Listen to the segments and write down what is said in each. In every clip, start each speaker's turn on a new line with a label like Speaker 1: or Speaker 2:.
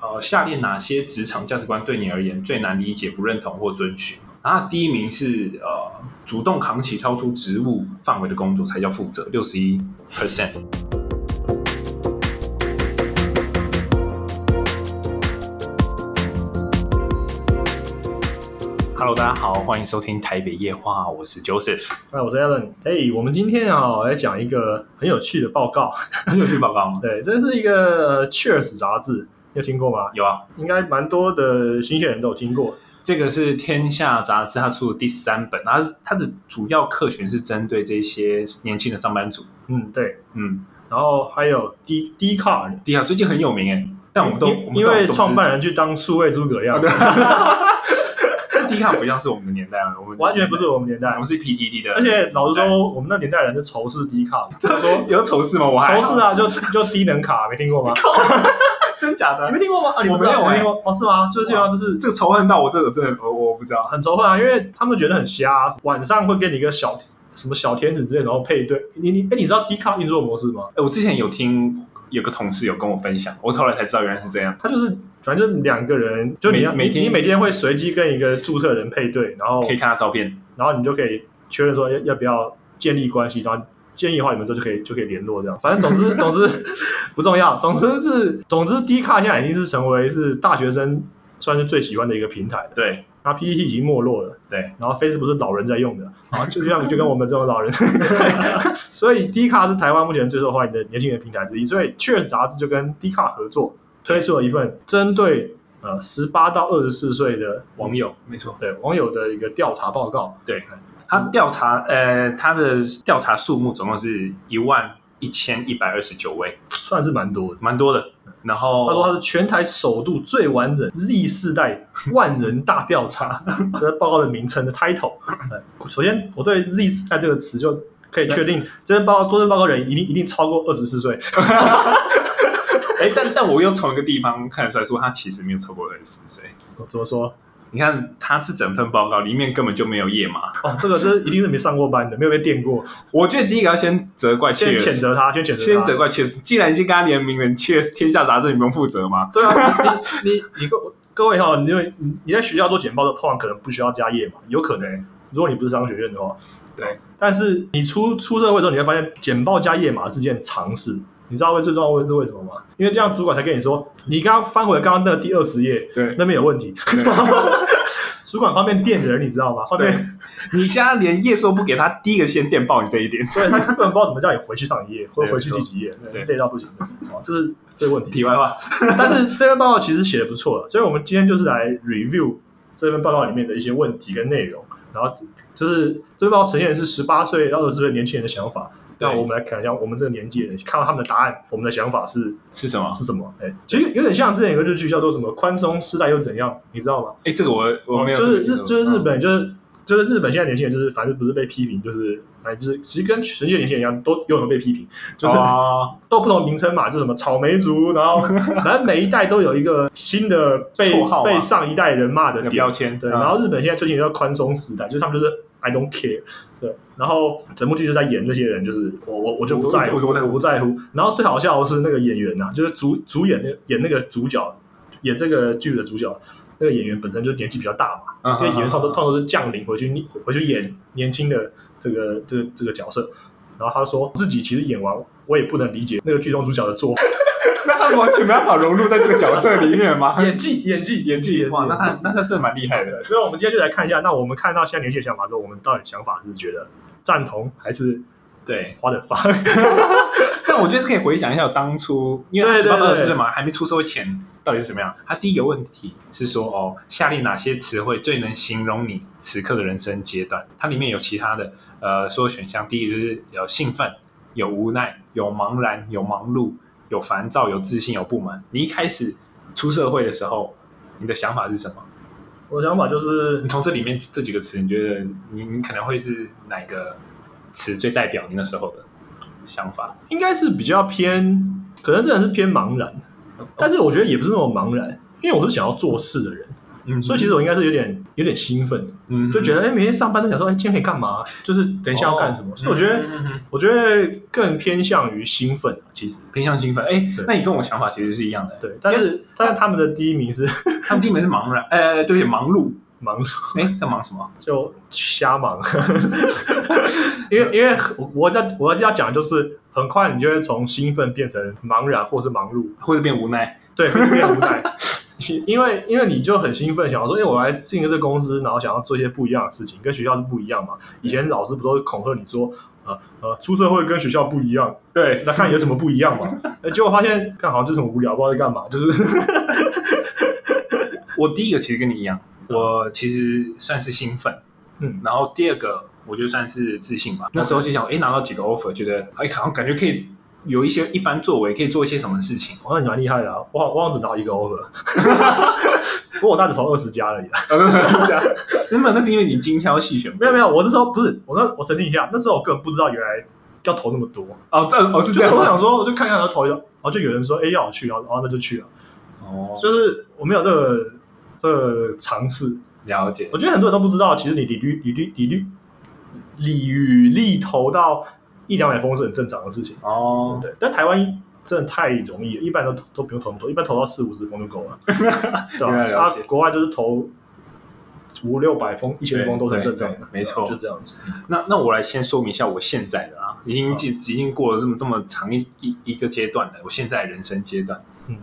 Speaker 1: 呃，下列哪些职场价值观对你而言最难理解、不认同或遵循？然后第一名是呃，主动扛起超出职务范围的工作才叫负责，六十一 percent。Hello，大家好，欢迎收听台北夜话，我是 Joseph。
Speaker 2: 嗨，我是 Alan。哎，我们今天啊来讲一个很有趣的报告。
Speaker 1: 很有趣，宝宝吗？
Speaker 2: 对，这是一个呃 Cheers 杂志，你有听过吗？
Speaker 1: 有啊，
Speaker 2: 应该蛮多的新鲜人都有听过。
Speaker 1: 这个是《天下》杂志它出的第三本，它它的主要客群是针对这些年轻的上班族。
Speaker 2: 嗯，对。
Speaker 1: 嗯，
Speaker 2: 然后还有 D D Card，
Speaker 1: 第二最近很有名哎，但我们都
Speaker 2: 因因为创 办人去当数位诸葛 亮，
Speaker 1: 迪卡不像是我们的年代啊，我们
Speaker 2: 完全不是我们年
Speaker 1: 我
Speaker 2: 代
Speaker 1: 们。是 PTT 的，
Speaker 2: 而且老实说，我们那年代人是仇视 D Card，
Speaker 1: 他说 有仇视吗？我还
Speaker 2: 仇视，啊，就就低能卡，没听 过吗？
Speaker 1: 真假的
Speaker 2: 你？没听过吗？啊，你不知
Speaker 1: 我
Speaker 2: 道？
Speaker 1: 没有
Speaker 2: 没
Speaker 1: 哎
Speaker 2: 听过？哦，是吗？就是基本上就是
Speaker 1: 这个仇恨到我这个真的我我不知道，
Speaker 2: 很仇恨啊，因为他们觉得很瞎、啊晚上会给你一个小什么小天使之类，然后配对。你你哎，你知道 D 卡运作模式吗？
Speaker 1: 哎，我之前有听有个同事有跟我分享，我后来才知道原来是这样，
Speaker 2: 它就是反正两个人，就你
Speaker 1: 每每天
Speaker 2: 你你每天会随机跟一个注册人配对，然后
Speaker 1: 可以看他照片，
Speaker 2: 然后你就可以确认说要要不要建立关系，然后建议的话你们之后就可以就可以联络这样。反正总 之总之不重要，总之是总之 D 卡现在已经是成为是大学生算是最喜欢的一个平台了。
Speaker 1: 对
Speaker 2: 那 PPT 已经没落了，
Speaker 1: 对，
Speaker 2: 然后 Facebook 是老人在用的，然后就像就跟我们这种老人，所以 D 卡是台湾目前最受欢迎的年轻人平台之一，所以确实杂志就跟 D 卡合作推出了一份针对呃十八到二十四岁的
Speaker 1: 网友没错。
Speaker 2: 对网友的一个调查报告，
Speaker 1: 他调查，呃，他的调查数目总共是一万一千一百二十九位，
Speaker 2: 算是蛮多的。
Speaker 1: 蛮多的。然
Speaker 2: 他说
Speaker 1: 后
Speaker 2: 他是全台首度最完整 Z 世代万人大调查， 这是报告的名称的 title。呃首先，我对 Z 世代这个词就可以确定，这份报告做这份报告人一定一定超过二十四岁。
Speaker 1: 哎，但但我又从一个地方看得出来说，他其实没有超过二十四岁。
Speaker 2: 怎么怎么说？
Speaker 1: 你看，他这整份报告里面根本就没有页码。
Speaker 2: 哦，这个这一定是没上过班的，没有被电过。
Speaker 1: 我觉得第一个要先责怪
Speaker 2: 先
Speaker 1: Cheers，
Speaker 2: 谴责他，先谴责他。
Speaker 1: 先责怪 Cheers。既然已经跟他联名了，Cheers 天下杂志你不用负责吗？
Speaker 2: 对啊，你你你各各位哈，你因为你你在学校做简报的，通常可能不需要加页嘛，有可能。如果你不是商学院的话，
Speaker 1: 对。
Speaker 2: 但是你出出社会之后，你会发现简报加页码是件常事。你知道为最重要的问是为什么吗？因为这样主管才跟你说，你刚刚翻回刚刚那个第二十页，
Speaker 1: 对，
Speaker 2: 那边有问题。主管方便电人，你知道吗？方便
Speaker 1: 对你现在连页数不给他，第一个先电报你这一点。
Speaker 2: 所以他根本不知道怎么叫你回去上一页，或者
Speaker 1: 对
Speaker 2: 回去第几页，
Speaker 1: 对
Speaker 2: 累到不行的。哦，这是这个问题。
Speaker 1: 题外话，
Speaker 2: 但是这份报告其实写的不错了，所以我们今天就是来 review 这份报告里面的一些问题跟内容，然后就是这份报告呈现的是十八岁到二十岁年轻人的想法。
Speaker 1: 对
Speaker 2: 那我们来看一下，我们这个年纪的人看到他们的答案，我们的想法是
Speaker 1: 是什么？
Speaker 2: 是什么？哎，其实有点像之前有个日剧叫做什么“宽松世代又怎样”，你知道吗？
Speaker 1: 哎，这个我我没有
Speaker 2: 哦就是
Speaker 1: 这个意
Speaker 2: 日
Speaker 1: 思
Speaker 2: 就是日本就是就是日本现在年轻人就是反正不是被批评，就是哎就是其实跟全世界年轻人一样，都有人被批评，就是
Speaker 1: 哦
Speaker 2: 都有不同名称嘛，就什么草莓族，然后反正每一代都有一个新的被
Speaker 1: 绰号嘛
Speaker 2: 被上一代人骂
Speaker 1: 那
Speaker 2: 的
Speaker 1: 个
Speaker 2: 点
Speaker 1: 标，签，
Speaker 2: 对。
Speaker 1: 嗯
Speaker 2: 然后日本现在最近叫宽松时代，就是他们就是 I don't care，对。然后整部剧就在演这些人，就是我我我就不在乎，
Speaker 1: 我我我在乎
Speaker 2: 不在乎。然后最好笑的是那个演员呐、就是主主演那演那个主角，演这个剧的主角。那个演员本身就年纪比较大嘛，
Speaker 1: 嗯
Speaker 2: 因为演员通常都通常都是将领回去回去演年轻的这个这个这个角色，然后他说自己其实演完我也不能理解那个剧中主角的做法，
Speaker 1: 那他 完全没办法融入在这个角色里面吗？
Speaker 2: 演技演技演技演技
Speaker 1: 哇，，那他那他是蛮厉害的。
Speaker 2: 对，所以我们今天就来看一下，那我们看到现在年轻人想法之后，我们到底想法是觉得赞同还是
Speaker 1: 对，
Speaker 2: 花的发？
Speaker 1: 但我觉得是可以回想一下当初，因为
Speaker 2: 对
Speaker 1: 十
Speaker 2: 对
Speaker 1: 八二
Speaker 2: 对
Speaker 1: 十岁嘛，还没出社会前到底是怎么样？他第一个问题是说，哦，下列哪些词汇最能形容你此刻的人生阶段？它里面有其他的呃所有选项，第一个就是有兴奋，有无奈，有茫然，有忙碌，有烦躁，有自信，有不满。你一开始出社会的时候，你的想法是什么？
Speaker 2: 我的想法就是
Speaker 1: 你从这里面这几个词，你觉得你你可能会是哪个词最代表你那时候的想法？
Speaker 2: 应该是比较偏，
Speaker 1: 哦
Speaker 2: 可能真的是偏茫然，但是我觉得也不是那种茫然，因为我是想要做事的人，
Speaker 1: 嗯，
Speaker 2: 所以其实我应该是有点有点兴奋，
Speaker 1: 嗯哦
Speaker 2: 就觉得哎，每天上班都想说，哎，今天可以干嘛？就是等一下要干什么？所
Speaker 1: 嗯
Speaker 2: 以我觉得，
Speaker 1: 得
Speaker 2: 我觉得更偏向于兴奋啊，其实
Speaker 1: 偏向兴奋。哎
Speaker 2: 对，
Speaker 1: 那你跟我想法其实是一样的。
Speaker 2: 对。但是，但是他们的第一名是
Speaker 1: 他们第一门是茫然，呃，对不起，忙碌。
Speaker 2: 忙碌，
Speaker 1: 哎，在忙什么？
Speaker 2: 就瞎忙， 因为因为我我在我要讲的就是，很快你就会从兴奋变成茫然或是忙碌，
Speaker 1: 或者变无奈？
Speaker 2: 对，变变无奈。 因为因为你就很兴奋，想要说，哎、我来进这个公司，然后想要做一些不一样的事情，跟学校是不一样嘛。以前老师不都恐吓你说，呃呃，出社会跟学校不一样，
Speaker 1: 对，
Speaker 2: 来看有什么不一样嘛。呃结果发现，看好像就是很无聊，不知道在干嘛，就是
Speaker 1: 我第一个其实跟你一样，我其实算是兴奋，
Speaker 2: 嗯，
Speaker 1: 然后第二个我就算是自信吧。那时候就想，哎，拿到几个 offer，觉得哎，好像感觉可以有一些一番作为，可以做一些什么事情。
Speaker 2: 我、哦、那你蛮厉害的、啊，我好我好像只拿一个 offer，不过我那只投二十家而已啊。
Speaker 1: 啊，没有没有这样没有，那是因为你精挑细选。
Speaker 2: 没有没有，我那时候不是我那我澄清一下，那时候我根本不知道原来要投那么多，
Speaker 1: 哦，这哦是这
Speaker 2: 就是
Speaker 1: 样
Speaker 2: 我
Speaker 1: 吗。
Speaker 2: 想说，我就看看要投一个，然后就有人说，哎、要我去，然后然后那就去了，
Speaker 1: 哦，
Speaker 2: 就是我没有这个这个尝试，
Speaker 1: 了解。
Speaker 2: 我觉得很多人都不知道，其实你履历履历履历履履历投到一两百封是很正常的事情，
Speaker 1: 哦，
Speaker 2: 对，但台湾。真的太容易了，一般都都不用投那么多，一般投到四五十封就够 了，对吧、
Speaker 1: 原来了
Speaker 2: 啊
Speaker 1: 解？
Speaker 2: 国外就是投五六百封、一千封都是很正常的
Speaker 1: 对对，没错
Speaker 2: 就这样子。
Speaker 1: 那那我来先说明一下我现在的啊，已经已已经过了这么这么长一一一个阶段了，我现在人生阶段，
Speaker 2: 嗯，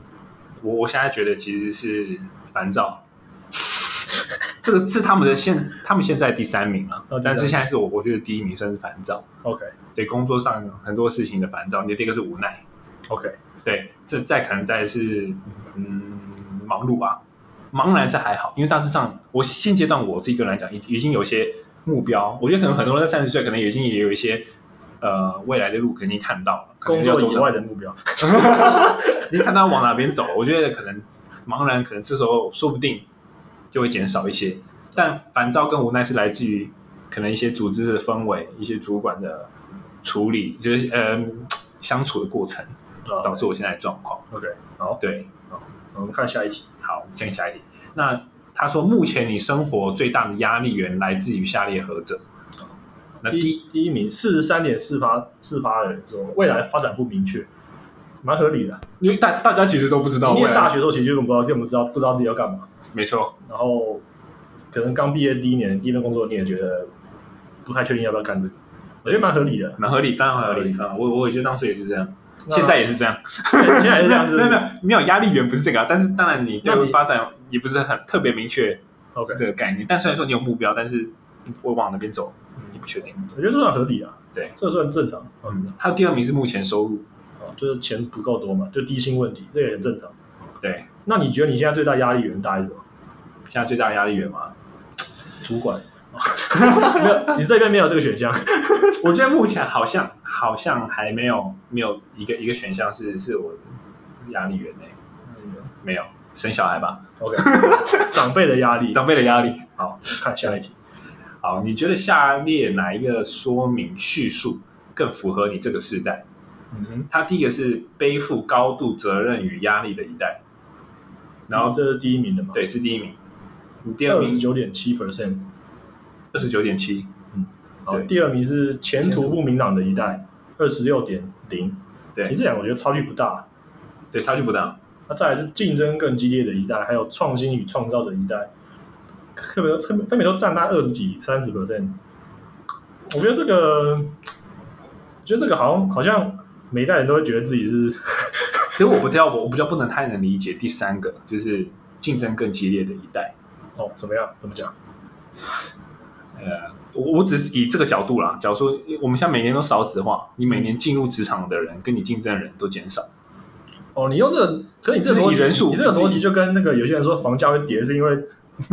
Speaker 1: 我我现在觉得其实是烦躁， 这个是他们的现他们现在第三名啊
Speaker 2: 哦，第三名
Speaker 1: 但是现在是我我觉得第一名算是烦躁，
Speaker 2: OK
Speaker 1: 对工作上很多事情的烦躁，你的第一个是无奈，
Speaker 2: OK，
Speaker 1: 对，这再可能再是嗯忙碌吧，茫然是还好，因为大致上我现阶段我自己个人来讲，已已经有一些目标，我觉得可能很多人在三十岁，可能已经也有一些呃未来的路肯定看到了，可
Speaker 2: 工
Speaker 1: 能要
Speaker 2: 作
Speaker 1: 走
Speaker 2: 以
Speaker 1: 上
Speaker 2: 外的目标，
Speaker 1: 你看他往哪边走，我觉得可能茫然，可能这时候说不定就会减少一些。但烦躁跟无奈是来自于可能一些组织的氛围、一些主管的处理，就是呃相处的过程，
Speaker 2: 啊
Speaker 1: 导致我现在的状况。
Speaker 2: OK，
Speaker 1: 对，
Speaker 2: 我们看下一题。
Speaker 1: 好，进下一题。那他说，目前你生活最大的压力源来自于下列何者？那第一，
Speaker 2: 第第一名四十三点四八四八的人说，未来发展不明确，蛮合理的。
Speaker 1: 因为大大家其实都不知道未
Speaker 2: 念大
Speaker 1: 来，
Speaker 2: 学的时候其实根本不知道，根本不知道不知道自己要干嘛，
Speaker 1: 没错，
Speaker 2: 然后可能刚毕业第一年第一份工作，你也觉得不太确定要不要干这个，我觉得蛮合理的。
Speaker 1: 蛮合理，非常合理。非常我我也觉得当时也是这样，
Speaker 2: 嗯那
Speaker 1: 现在也是这样。
Speaker 2: 对现在也是这样 子，
Speaker 1: 没有没有没有压力源不是这个、啊，但是当然你
Speaker 2: 那
Speaker 1: 对
Speaker 2: 你
Speaker 1: 发展也不是很特别明确
Speaker 2: OK，
Speaker 1: 是这个概念，但虽然说你有目标，但是会往哪边走你
Speaker 2: 嗯
Speaker 1: 不确定。
Speaker 2: 我觉得这算合理啊，
Speaker 1: 对，
Speaker 2: 这算正常。嗯，
Speaker 1: 嗯，他的第二名是目前收入，
Speaker 2: 哦就是钱不够多嘛，就低薪问题，这也很正常。
Speaker 1: 对，
Speaker 2: 那你觉得你现在最大压力源大概是什么？
Speaker 1: 现在最大的压力源嘛，
Speaker 2: 主管。 没有，你这边没有这个选项。
Speaker 1: 我觉得目前好像好像还没有没有一个一个选项是是我压力源诶、没有生小孩吧，
Speaker 2: OK，长辈的压力。
Speaker 1: 长辈的压力。
Speaker 2: 好，看下一题。
Speaker 1: 好，你觉得下列哪一个说明叙述更符合你这个时代？
Speaker 2: 嗯哼，
Speaker 1: 他第一个是背负高度责任与压力的一代，然
Speaker 2: 然后
Speaker 1: 后
Speaker 2: 这是第一名的嘛？，
Speaker 1: 对是第一名，你第二
Speaker 2: 二十
Speaker 1: 名
Speaker 2: 九点七 percent。
Speaker 1: 二十九点七，
Speaker 2: 好，
Speaker 1: 对
Speaker 2: 第二名是前途不明朗的一代，二十六点零。
Speaker 1: 对
Speaker 2: 其实这两个我觉得差距不大。
Speaker 1: 对差距不大，
Speaker 2: 那再来是竞争更激烈的一代，还有创新与创造的一代，分别都分分别都占他二十几、三十 percent。我觉得这个，我觉得这个好像好像每一代人都会觉得自己是
Speaker 1: 可是我不知道，我我比较不能太能理解第三个，就是竞争更激烈的一代。
Speaker 2: 哦怎么样？怎么讲？
Speaker 1: 呃，我我只是以这个角度啦，假如说我们现在每年都少子化，你
Speaker 2: 嗯
Speaker 1: 每年进入职场的人跟你竞争的人都减少，
Speaker 2: 哦，你用这个，可是你这个逻
Speaker 1: 自己人
Speaker 2: 辑，
Speaker 1: 数
Speaker 2: 你这个逻
Speaker 1: 自
Speaker 2: 辑
Speaker 1: 己
Speaker 2: 就跟那个有些人说房价会跌，是因为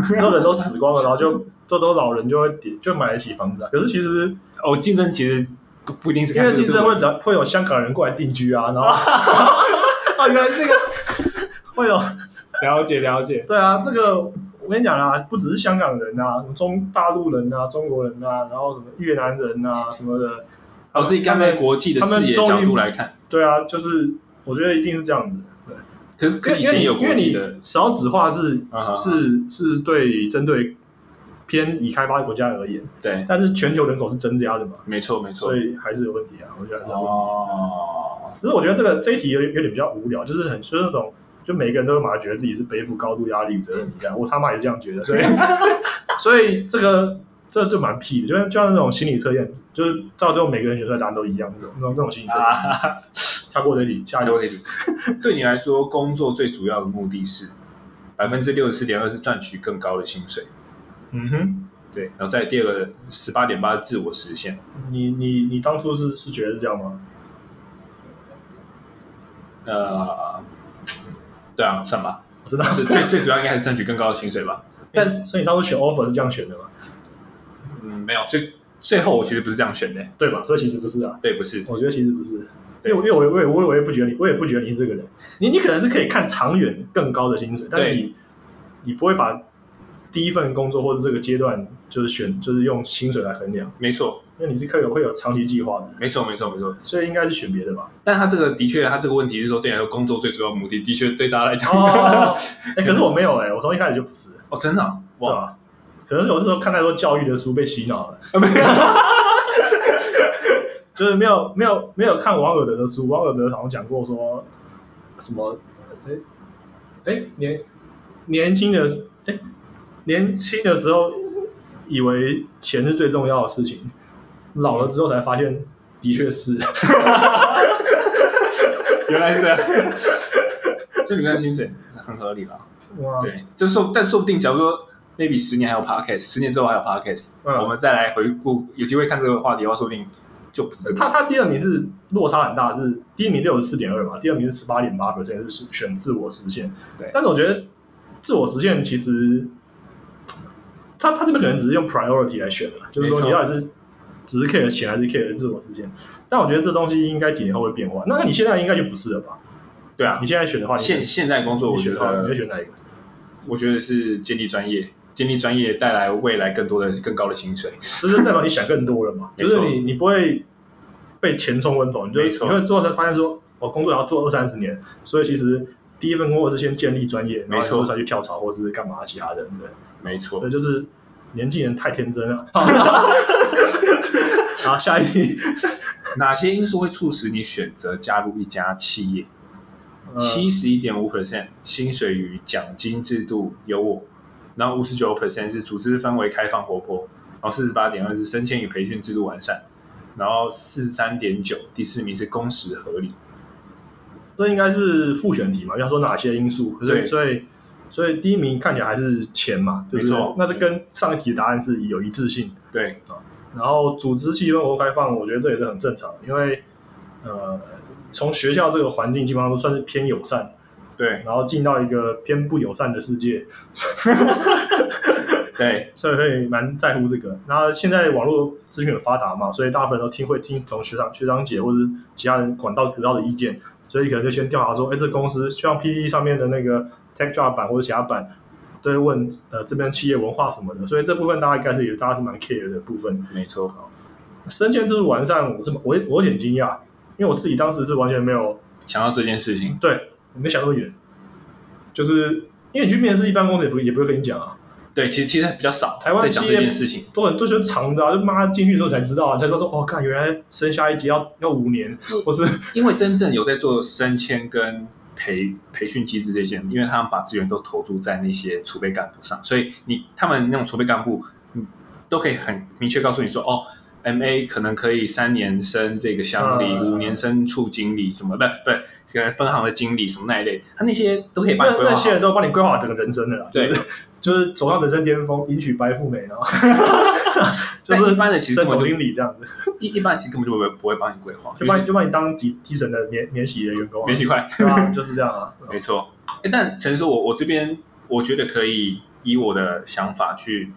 Speaker 2: 所有人都死光了，然后就都都老人就会跌，就买得起房子、啊。可是其实
Speaker 1: 哦，竞争其实不不一定是
Speaker 2: 因
Speaker 1: 看
Speaker 2: 为
Speaker 1: 这
Speaker 2: 竞
Speaker 1: 个
Speaker 2: 争会来会有香港人过来定居啊，然后
Speaker 1: 哦，原来这个
Speaker 2: 会有
Speaker 1: 了解了解，
Speaker 2: 对啊，这个我跟你讲啦，不只是香港人啊，中大陆人啊，中国人啊，然后什么越南人啊什么的，
Speaker 1: 老哦师以刚才国际的
Speaker 2: 他们
Speaker 1: 视野
Speaker 2: 终于
Speaker 1: 角度来看，
Speaker 2: 对啊，就是我觉得一定是这样子。对，
Speaker 1: 可可以
Speaker 2: 因为
Speaker 1: 前
Speaker 2: 你
Speaker 1: 有
Speaker 2: 因
Speaker 1: 国
Speaker 2: 为
Speaker 1: 际
Speaker 2: 你
Speaker 1: 的
Speaker 2: 少子化是
Speaker 1: 啊哈
Speaker 2: 是是对针对偏已开发国家而言，
Speaker 1: 对，
Speaker 2: 但是全球人口是增加的嘛，
Speaker 1: 没错没错
Speaker 2: 所。以还是有问题啊，我觉得还是有问题。
Speaker 1: 哦，
Speaker 2: 可是我觉得这个这一题有点有点比较无聊，就是很就是那种。就每个人都马上觉得自己是背负高度压力与责任一样，我他妈也这样觉得，所以所以这个这就蛮屁的，就像就像那种心理测验，就是到最后每个人选出来答案都一样，那种那种那种心理测验。
Speaker 1: 啊，
Speaker 2: 跳过这题，下一
Speaker 1: 对
Speaker 2: 题。
Speaker 1: 我 理解对你来说，工作最主要的目的是百分之六十四点二是赚取更高的薪水，
Speaker 2: 嗯哼，
Speaker 1: 对，然后再第二个十八点八自我实现。
Speaker 2: 你你你当初是是觉得是这样吗？
Speaker 1: 呃，对啊，算吧，
Speaker 2: 我知道。
Speaker 1: 最最最主要应该还是争取更高的薪水吧。但
Speaker 2: 所以你当初选 offer 是这样选的嘛？
Speaker 1: 嗯，没有，最最后我其实不是这样选的，
Speaker 2: 对吧？所以其实不是啊，
Speaker 1: 对，不是，
Speaker 2: 我觉得其实不是，因为我因为我我也我也我也不觉得你，我也不觉得你是这个人。你你可能是可以看长远更高的薪水，但是你你不会把第一份工作或者这个阶段就是选就是用薪水来衡量，
Speaker 1: 没错，
Speaker 2: 因为你是可以有会有长期计划的，
Speaker 1: 没错，没错，没错。
Speaker 2: 所以应该是选别的吧。
Speaker 1: 但他这个的确，他这个问题是说，对你来说工作最主要的目的，的确对大家来讲，
Speaker 2: 哦， 哎，可是我没有哎、我从一开始就不是，
Speaker 1: 哦，真的啊、
Speaker 2: 对
Speaker 1: 哇，
Speaker 2: 吧？可能有的时候看太多教育的书被洗脑了。
Speaker 1: 没有，
Speaker 2: 就是没有没有没有看王尔德的书，王尔德好像讲过说什么，哎哎年年轻的哎年轻的时候以为钱是最重要的事情，老了之后才发现的确是，
Speaker 1: 啊原来是这样， 这里面的薪水很合理了。
Speaker 2: 哇，
Speaker 1: 对，这说，但说不定，假如说 maybe 十年还有 podcast，十年之后还有 podcast，、
Speaker 2: 嗯
Speaker 1: 我们再来回顾，有机会看这个话题的话，说不定就不是这个。
Speaker 2: 他他第二名是落差很大，是第一名六十四点二嘛，第二名是十八点八 percent 是选自我实现。
Speaker 1: 对
Speaker 2: 但是我觉得自我实现其实，他他这边可能只是用 priority 来选了，就是说
Speaker 1: 没错
Speaker 2: 你到底是只是 care 钱还是 care 自我实现。但我觉得这东西应该几年后会变化。那那你现在应该就不是了吧？
Speaker 1: 对啊
Speaker 2: 你，现在选的话，你
Speaker 1: 现现在工作，
Speaker 2: 你
Speaker 1: 我觉
Speaker 2: 选的话，你
Speaker 1: 得
Speaker 2: 会选哪一个？
Speaker 1: 我觉得是建立专业，建立专业带来未来更多的、更高的薪水。
Speaker 2: 就是代表你想更多了嘛，
Speaker 1: 没
Speaker 2: 就
Speaker 1: 错
Speaker 2: 是你你不会被钱冲昏头，你就
Speaker 1: 没
Speaker 2: 你
Speaker 1: 错
Speaker 2: 会之后才发现说，我工作要做二三十年，所以其实第一份工作是先建立专业，然
Speaker 1: 没
Speaker 2: 后
Speaker 1: 错哦
Speaker 2: 之后才去跳槽或者是干嘛其他的，对不对？
Speaker 1: 没错
Speaker 2: 所，以就是年轻人太天 真了。好，下一题，
Speaker 1: 哪些因素会促使你选择加入一家企业？
Speaker 2: 呃
Speaker 1: 七十一点五 percent 薪水与奖金制度优渥，然后五十九 percent 是组织氛围开放活泼，然后四十八点二是升迁与培训制度完善，然后四十三点九第四名是工时合理。
Speaker 2: 这应该是复选题嘛？要说哪些因素？可
Speaker 1: 对
Speaker 2: 是所以所以第一名看起来还是钱嘛，对不
Speaker 1: 没
Speaker 2: 对
Speaker 1: 错？
Speaker 2: 那这跟上一题的答案是有一致性。
Speaker 1: 对，
Speaker 2: 然后组织气氛活开放，我觉得这也是很正常，因为呃，从学校这个环境基本上都算是偏友善，
Speaker 1: 对，
Speaker 2: 然后进到一个偏不友善的世界，
Speaker 1: 对，
Speaker 2: 所以会蛮在乎这个。然后现在网络资讯很发达嘛，所以大部分人都听会听从学长、学长姐或者是其他人管道得到的意见，所以可能就先调查说，哎，这公司就像 PE 上面的那个 Tech Job 版或者其他版，都会问呃这边企业文化什么的，所以这部分大家应该是也大家是蛮 care 的部分。
Speaker 1: 没错，
Speaker 2: 升迁制度完善，我是我我有点惊讶，因为我自己当时是完全没有
Speaker 1: 想到这件事情，
Speaker 2: 对我没想那么远，就是因为你去面试一般公司也不也不会跟你讲啊，
Speaker 1: 对，其实其实比较少
Speaker 2: 台湾
Speaker 1: 在讲
Speaker 2: 企
Speaker 1: 这
Speaker 2: 业
Speaker 1: 件事情，
Speaker 2: 都很都喜欢藏的啊，就妈进去之后才知道啊，才知道说哦，看原来升下一级要要五年，或是
Speaker 1: 因为真正有在做升迁跟培培训机制这些，因为他们把资源都投注在那些储备干部上，所以你他们那种储备干部，嗯，都可以很明确告诉你说，哦，M A 可能可以三年升这个乡里，
Speaker 2: 嗯
Speaker 1: 五年升处经理什么，不不，可能分行的经理什么那一类，他那些都可以
Speaker 2: 那
Speaker 1: 帮你规划
Speaker 2: 那
Speaker 1: 好
Speaker 2: 些。人都帮你规划整个人生的啦，
Speaker 1: 对
Speaker 2: 就是，就是走上人生巅峰，迎娶白富美，然后 就
Speaker 1: 但一
Speaker 2: 是
Speaker 1: 般的其实
Speaker 2: 升
Speaker 1: 根本就
Speaker 2: 总经理这样子，
Speaker 1: 一一般其实根本就不会不会帮你规划，
Speaker 2: 就把你就把你当基基层的免免洗的员工、啊，
Speaker 1: 别奇怪。
Speaker 2: 对吧、就是这 样啊，
Speaker 1: 没错。诶但陈叔，我我这边我觉得可以以我的想法去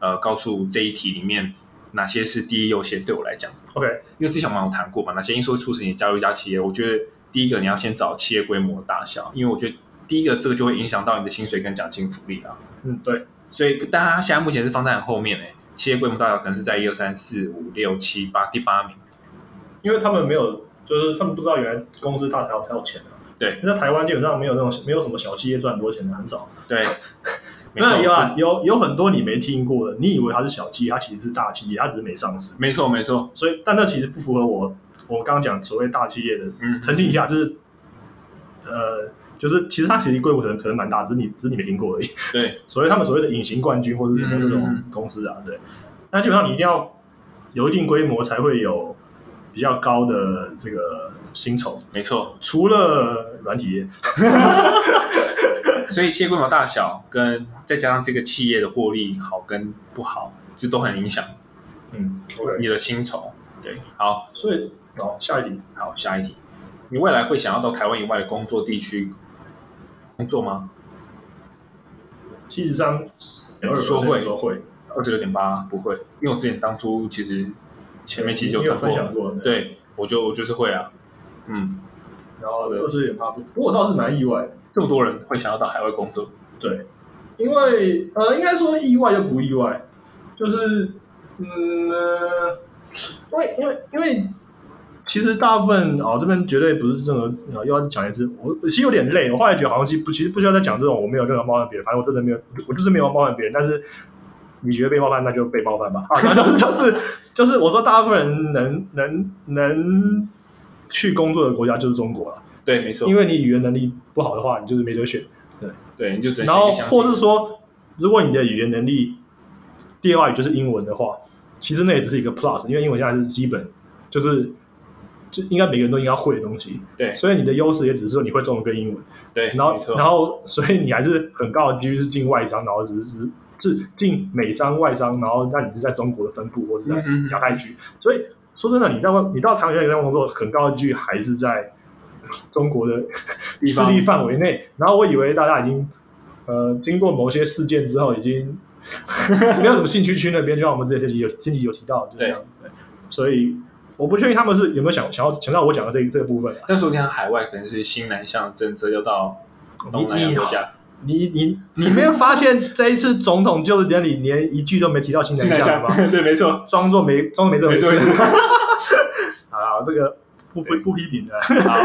Speaker 1: 呃告诉这一题里面哪些是第一优先对我来讲，
Speaker 2: OK，
Speaker 1: 因为之前我们有谈过嘛，哪些因素会促使你加入一家企业？我觉得第一个你要先找企业规模大小，因为我觉得第一个这个就会影响到你的薪水跟奖金福利啦。
Speaker 2: 嗯，对，
Speaker 1: 所以大家现在目前是放在很后面诶、企业规模大小可能是在一二三四五六七八第八名。
Speaker 2: 因为他们没有，就是他们不知道原来公司大才有才有钱啊。
Speaker 1: 对，
Speaker 2: 那台湾基本上没有那种没有什么小企业赚很多钱的，很少。
Speaker 1: 对，没
Speaker 2: 那有
Speaker 1: 错，
Speaker 2: 啊，有有很多你没听过的，你以为它是小企业，它其实是大企业，它只是没上市。
Speaker 1: 没错，没错，
Speaker 2: 所以，但那其实不符合我我刚刚讲所谓大企业的。
Speaker 1: 嗯，
Speaker 2: 澄清一下，就是呃，就是其实它其实规模可能可能蛮大，只是你只是你没听过而已。
Speaker 1: 对，
Speaker 2: 所以他们所谓的隐形冠军或者是什么这
Speaker 1: 嗯
Speaker 2: 种
Speaker 1: 嗯
Speaker 2: 公司啊，对，那基本上你一定要有一定规模才会有比较高的这个薪酬。
Speaker 1: 没错。
Speaker 2: 除了软体业，
Speaker 1: 所以企业规模大小跟再加上这个企业的获利好跟不好，这都很影响
Speaker 2: 嗯
Speaker 1: 你的薪酬。对，好，
Speaker 2: 所以哦，下一题，
Speaker 1: 好，下一题，你未来会想要到台湾以外的工作地区工作吗？
Speaker 2: 七十三
Speaker 1: 说会
Speaker 2: 说会，
Speaker 1: 二十六点八不会，因为我之前当初其实前面其实就
Speaker 2: 你有
Speaker 1: 有谈
Speaker 2: 分
Speaker 1: 过
Speaker 2: 享
Speaker 1: 了，
Speaker 2: 过，，
Speaker 1: 对我就我就是会啊，嗯，
Speaker 2: 然后二十点八不，不过我倒是蛮意外的，
Speaker 1: 这么多人会想要到海外工作，
Speaker 2: 因为呃，应该说意外就不意外，就是嗯、呃因为因为因为其实大部分哦，这边绝对不是这种呃，又要讲一次，我其实有点累，我后来觉得好像其实不其实不需要再讲这种，我没有任何冒犯别人，反正我真的没有，我就是没有冒犯别人，但是。你觉得被冒犯，那就被冒犯吧。啊，就是就是就是，我说大部分人能能能去工作的国家就是中国了，
Speaker 1: 对，没错
Speaker 2: 因，为你语言能力不好的话，你就是没得选。
Speaker 1: 对，你就只能
Speaker 2: 然后
Speaker 1: 选一个相
Speaker 2: 或
Speaker 1: 信
Speaker 2: 是说，如果你的语言能力第二外语就是英文的话，其实那也只是一个 plus，因为英文现在是基本，就是就应该每个人都应该会的东西，
Speaker 1: 对
Speaker 2: 所以你的优势也只是说你会中文跟英文，
Speaker 1: 对，
Speaker 2: 然后
Speaker 1: 没错，
Speaker 2: 然后所以你还是很高的几率是进外商，然后只是只是是进美商外商，然后那你是在中国的分部或是在
Speaker 1: 嗯嗯
Speaker 2: 亚太区，所以说真的，你在外你到台湾亚太工作，很高的几率还是在中国的
Speaker 1: 地
Speaker 2: 势
Speaker 1: 方
Speaker 2: 力范围内。然后我以为大家已经呃经过某些事件之后，已经 没有什么兴趣去那边，就像我们之前这集有这集有提到，就是这样。对所以我不确定他们是有没有想想要想到我讲的这这个部分、啊。
Speaker 1: 但是我讲海外可能是新南向政策，要到东南亚国家，
Speaker 2: 你你你没有发现这一次总统就职典礼连一句都没提到新南向吗？
Speaker 1: 对，没错，
Speaker 2: 装作没装作没这回
Speaker 1: 没错没
Speaker 2: 事。
Speaker 1: 错。
Speaker 2: 好啦，这个不不不批评的。
Speaker 1: 好，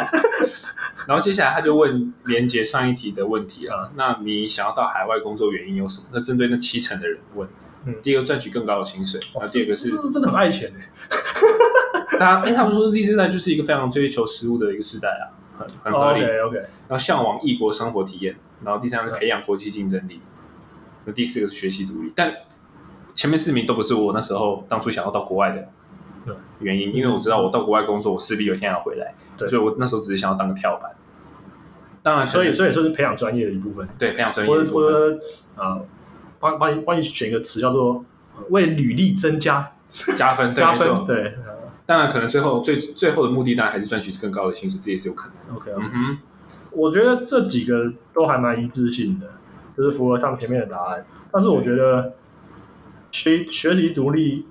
Speaker 1: 然后接下来他就问连接上一题的问题了。那你想要到海外工作原因有什么？那针对那七成的人问。
Speaker 2: 嗯
Speaker 1: 第一个赚取更高的薪水，然后第二个是
Speaker 2: 这真的很爱钱哎、
Speaker 1: 大家，哎，他们说 Z 世代就是一个非常追求实务的一个时代啊，很很合理。
Speaker 2: OK OK，
Speaker 1: 然后向往异国生活体验，然后第三个是培养国际竞争力，那第四个是学习独立。但前面四名都不是我那时候当初想要到国外的
Speaker 2: 对
Speaker 1: 原因，因为我知道我到国外工作，我势必有一天要回来，
Speaker 2: 对
Speaker 1: 所以我那时候只是想要当个跳板。当然可
Speaker 2: 所
Speaker 1: 能，
Speaker 2: 以所以说是培养专业的一部分，
Speaker 1: 对培养专业
Speaker 2: 或
Speaker 1: 的
Speaker 2: 者
Speaker 1: 部
Speaker 2: 或
Speaker 1: 分，
Speaker 2: 者呃，帮帮你帮你选一个词叫做呃为履历增加
Speaker 1: 加分对
Speaker 2: 加
Speaker 1: 没
Speaker 2: 分，
Speaker 1: 错
Speaker 2: 对
Speaker 1: 当然，可能最后最最后的目的当然还是赚取更高的薪水，这也是有可能。
Speaker 2: ，OK，
Speaker 1: 嗯哼，
Speaker 2: 我觉得这几个都还蛮一致性的，就是符合他们前面的答案。但是我觉得学学习独立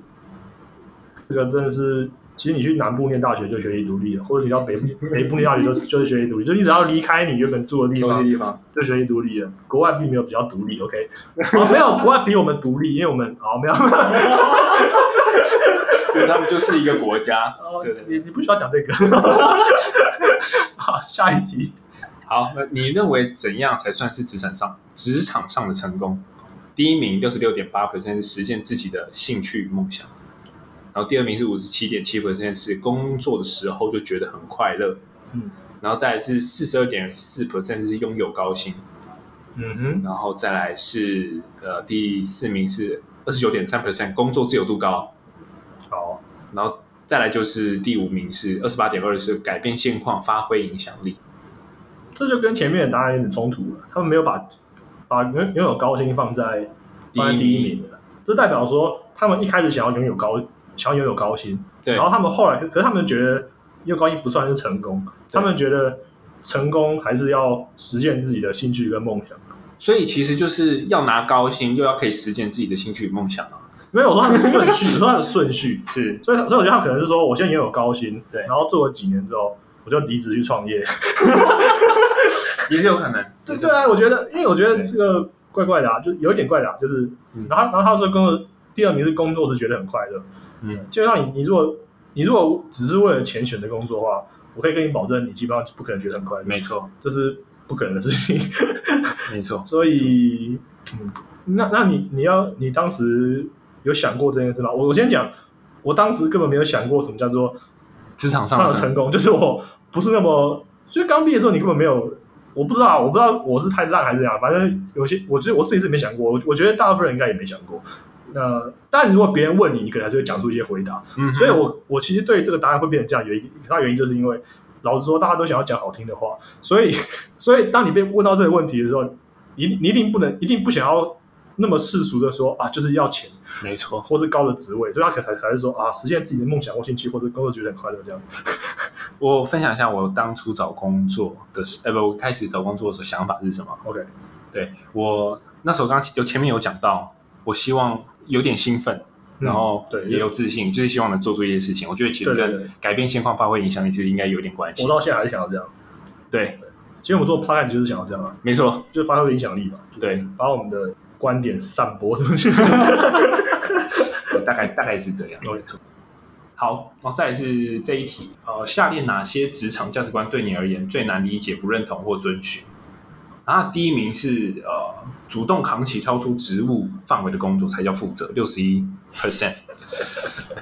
Speaker 2: 这个真的是，其实你去南部念大学就学习独立了，或者你到北部北部念大学就就是学习独立，就你只要离开你原本住的地
Speaker 1: 熟
Speaker 2: 方
Speaker 1: 悉，地 方，
Speaker 2: 就学习独立了，国外并没有比较独立，OK？哦，没有，国外比我们独立，因为我们哦没有，
Speaker 1: 对，他们就是一个国家。对对对
Speaker 2: 哦你你不需要讲这个。 好，下一题，
Speaker 1: 好，那你认为怎样才算是职场上职场上的成功？第一名六十六点八 percent 是实现自己的兴趣梦想，然后第二名是五十七点七 percent 是工作的时候就觉得很快乐，
Speaker 2: 嗯，
Speaker 1: 然后再来是四十二点四 percent 是拥有高薪，
Speaker 2: 嗯哼，
Speaker 1: 然后再来是呃第四名是二十九点三 percent 工作自由度高，
Speaker 2: 好，
Speaker 1: 然后再来就是第五名是二十八点二是改变现况发挥影响力，
Speaker 2: 这就跟前面的答案有点冲突了，他们没有把把拥拥有高薪放在
Speaker 1: 第一
Speaker 2: 放在
Speaker 1: 名
Speaker 2: 第一名的，这代表说他们一开始想要拥有高想要拥有高薪，
Speaker 1: 对
Speaker 2: 然后他们后来可可是他们觉得拥有高薪不算是成功，他们觉得成功还是要实现自己的兴趣跟梦想。
Speaker 1: 所以其实就是要拿高薪，又要可以实践自己的兴趣与梦想啊。
Speaker 2: 没有，我说他的顺序，我说他的顺序。
Speaker 1: 是，
Speaker 2: 所以，所以我觉得他可能是说，我现在也有高薪，
Speaker 1: 对
Speaker 2: 然后做了几年之后，我就离职去创业。
Speaker 1: 也是有可能。
Speaker 2: 对对啊，我觉得，因为我觉得
Speaker 1: 对
Speaker 2: 这个怪怪的啊，就有一点怪的啊，就是，
Speaker 1: 嗯
Speaker 2: 然后然后他说工作第二名是工作是觉得很快乐，
Speaker 1: 嗯，
Speaker 2: 基本上你你如果你如果只是为了钱选的工作的话，我可以跟你保证，你基本上不可能觉得很快乐，
Speaker 1: 没错，
Speaker 2: 这是不可能的事
Speaker 1: 嗯
Speaker 2: 情。
Speaker 1: 没错。
Speaker 2: 所以，嗯，那那你你要你当时有想过这件事吗？我我先讲，我当时根本没有想过什么叫做
Speaker 1: 职场
Speaker 2: 上
Speaker 1: 上
Speaker 2: 的
Speaker 1: 的
Speaker 2: 成功，就是我不是那么，就是刚毕业的时候你根本没有，我不知道，我不知道我是太烂还是怎样，反正有些我觉得我自己是没想过，我我觉得大部分人应该也没想过。那但如果别人问你，你可能还是会讲出一些回答。
Speaker 1: 嗯哼
Speaker 2: 所以我我其实对这个答案会变成这样，有一很大原因就是因为老实说，大家都想要讲好听的话，所以 所以当你被问到这个问题的时候，你你一定不能一定不想要那么世俗的说啊，就是要钱
Speaker 1: 没错，
Speaker 2: 或是高的职位，所以他可能还还是说啊，实现自己的梦想或兴趣，或者工作觉得很快乐这样。
Speaker 1: 我分享一下我当初找工作的时，呃，不，我开始找工作的时候想法是什么？
Speaker 2: OK，
Speaker 1: 对我那时候刚有前面有讲到，我希望有点兴奋，然后
Speaker 2: 嗯对
Speaker 1: 也有自信，就是希望能做出一些事情。我觉得其实
Speaker 2: 对对
Speaker 1: 跟
Speaker 2: 对，
Speaker 1: 改变现况、发挥影响力其实应该有点关系
Speaker 2: 我。到现在还是想要这样。
Speaker 1: 对，
Speaker 2: 其实我们做 p o d c a s 就是想要这样啊，
Speaker 1: 没错，
Speaker 2: 就是发挥影响力嘛，
Speaker 1: 对，
Speaker 2: 把我们的观点散播 出去。
Speaker 1: 对大概大概是这样。
Speaker 2: OK
Speaker 1: 好，然后再来是这一题，呃，下列哪些职场价值观对你而言最难理解、不认同或遵循？然后第一名是呃，主动扛起超出职务范围的工作才叫负责，六十一 percent。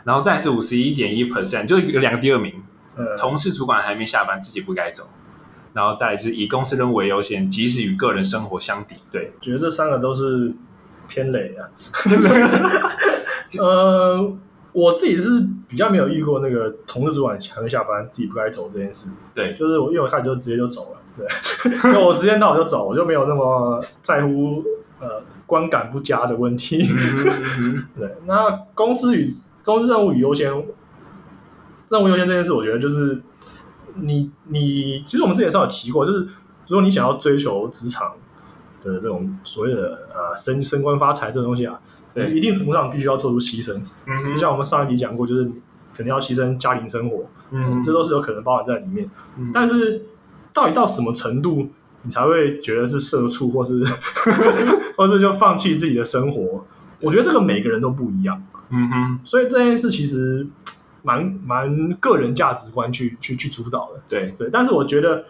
Speaker 1: 然后再来是五十一点一 percent，就是有两个第二名，
Speaker 2: 呃，
Speaker 1: 同事主管还没下班，自己不该走。然后再来是以公司任务为优先，即使与个人生活相抵。对，
Speaker 2: 觉得这三个都是偏雷 啊。呃，我自己是比较没有遇过那个同事主管还没下班，自己不该走这件事。
Speaker 1: 对
Speaker 2: 就是我一有看就直接就走了，对， 就我时间到我就走，我就没有那么在乎呃观感不佳的问题。
Speaker 1: 嗯
Speaker 2: 对，那公司与公司任务与优先，任务优先这件事，我觉得就是你你，其实我们之前上有提过，就是如果你想要追求职场的这种所谓的呃升升官发财这种东西啊，
Speaker 1: 对
Speaker 2: 你一定程度上必须要做出牺牲。
Speaker 1: 嗯
Speaker 2: 就像我们上一集讲过，就是你肯定要牺牲家庭生活，
Speaker 1: 嗯
Speaker 2: 这都是有可能包含在里面。
Speaker 1: 嗯
Speaker 2: 但是到底到什么程度，你才会觉得是社畜，或是 或是就放弃自己的生活？我觉得这个每个人都不一样，
Speaker 1: 嗯哼，
Speaker 2: 所以这件事其实蛮蛮个人价值观去去去主导的。
Speaker 1: 对，
Speaker 2: 对，但是我觉得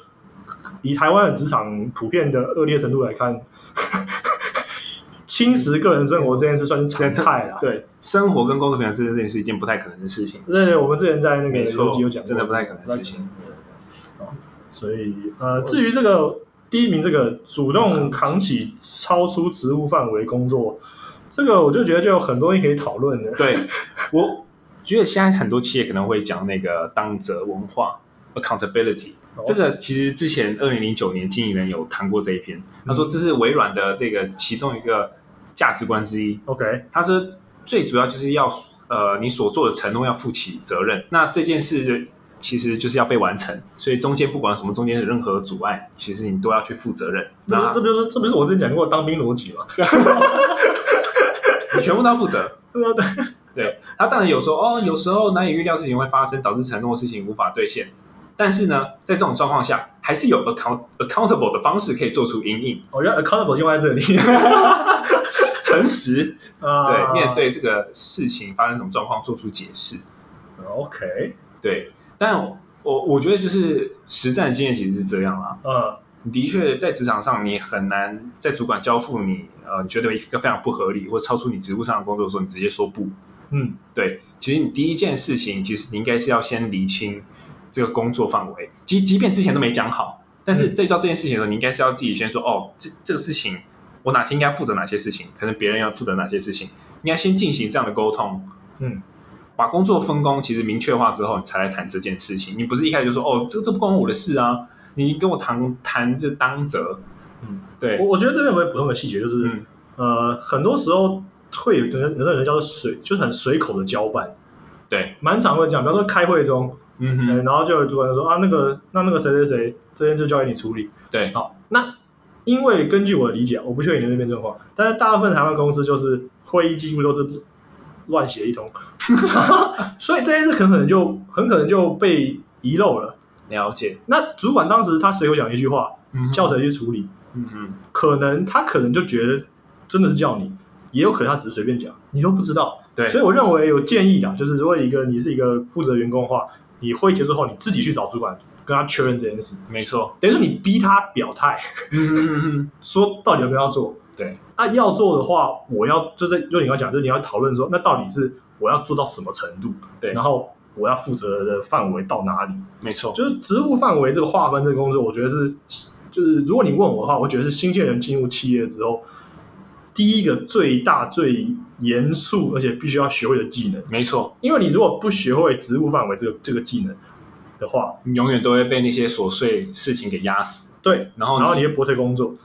Speaker 2: 以台湾的职场普遍的恶劣程度来看， 侵蚀个人生活这件事算是常态啦。
Speaker 1: 对，生活跟工作平衡这件事情是一件不太可能的事情。
Speaker 2: 对对，我们之前在那个
Speaker 1: 没错
Speaker 2: 有集有讲过，
Speaker 1: 真的不太可能的事情
Speaker 2: 不太可能。哦所以呃，至于这个第一名这个主动扛起超出职务范围工作，这个我就觉得就有很多东西可以讨论的。
Speaker 1: 对我觉得现在很多企业可能会讲那个当责文化 （accountability）。
Speaker 2: 哦
Speaker 1: 这个其实之前二零零九年经理人有谈过这一篇，他说这是微软的这个其中一个价值观之一，
Speaker 2: OK，
Speaker 1: 他是最主要就是要呃，你所做的承诺要负起责任。那这件事其实就是要被完成，所以中间不管什么中间有任何阻碍，其实你都要去负责任。
Speaker 2: 这不
Speaker 1: 那
Speaker 2: 是这不就是这不是我之前讲过的当兵逻辑 吗？
Speaker 1: 你全部都要负责。
Speaker 2: 对啊对
Speaker 1: 对，他当然有说哦，有时候难以预料事情会发生，导致承诺的事情无法兑现。但是呢，在这种状况下，还是有 account accountable 的方式可以做出因应，
Speaker 2: 我觉得 accountable 用在这里。
Speaker 1: 诚实
Speaker 2: 啊
Speaker 1: 对面对这个事情发生什么状况做出解释。
Speaker 2: 啊 OK，
Speaker 1: 对，但我我我觉得就是实战经验其实是这样啦。
Speaker 2: 嗯，
Speaker 1: 的确在职场上，你很难在主管交付你呃你觉得一个非常不合理或超出你职务上的工作的时候，你直接说不。
Speaker 2: 嗯，
Speaker 1: 对，其实你第一件事情，其实你应该是要先厘清这个工作范围，即即便之前都没讲好，但是
Speaker 2: 嗯
Speaker 1: 在遇到这件事情的时候，你应该是要自己先说哦，这这个事情我哪些应该负责哪些事情，可能别人要负责哪些事情，应该先进行这样的沟通。
Speaker 2: 嗯，
Speaker 1: 把工作分工其实明确化之后，你才来谈这件事情。你不是一开始就说哦，这这不关我的事啊，你跟我谈谈就当责。
Speaker 2: 嗯，
Speaker 1: 对
Speaker 2: 我，我觉得这边有没有补充的细节，就是、
Speaker 1: 嗯
Speaker 2: 呃，很多时候会有一个人有的人叫做随，就是很随口的交办，
Speaker 1: 对，
Speaker 2: 蛮常会讲，比方说开会中，
Speaker 1: 嗯
Speaker 2: 呃
Speaker 1: 哼，
Speaker 2: 然后就有主管就说啊，那个那那个谁谁谁，这边就交给你处理。
Speaker 1: 对，
Speaker 2: 好，那因为根据我的理解，啊我不确定你那边状况，但是大部分台湾公司就是会议记录都是乱写一通， 所以这件事很可能就很可能就被遗漏了。
Speaker 1: 了解。
Speaker 2: 那主管当时他随口讲一句话，
Speaker 1: 嗯哼
Speaker 2: 叫谁去处理，
Speaker 1: 嗯哼，
Speaker 2: 可能他可能就觉得真的是叫你，也有可能他只是随便讲，你都不知道。
Speaker 1: 对
Speaker 2: 所以我认为有建议的，就是如果一个你是一个负责员工的话，你会议结束后你自己去找主管跟他确认这件事，
Speaker 1: 没错，
Speaker 2: 等于说你逼他表态，
Speaker 1: 嗯嗯嗯嗯，
Speaker 2: 说到底要不要做。
Speaker 1: 对，
Speaker 2: 那要做的话，我要就是就你要讲，就是你要讨论说，那到底是我要做到什么程度？
Speaker 1: 对
Speaker 2: 然后我要负责的范围到哪里？
Speaker 1: 没错，
Speaker 2: 就是职务范围这个划分这个工作，我觉得是，就是如果你问我的话，我觉得是新鲜人进入企业之后，第一个最大最严肃而且必须要学会的技能，
Speaker 1: 没错，
Speaker 2: 因为你如果不学会职务范围这个这个技能的话，
Speaker 1: 你永远都会被那些琐碎事情给压死，
Speaker 2: 对，
Speaker 1: 然后
Speaker 2: 然后你就不会推工作，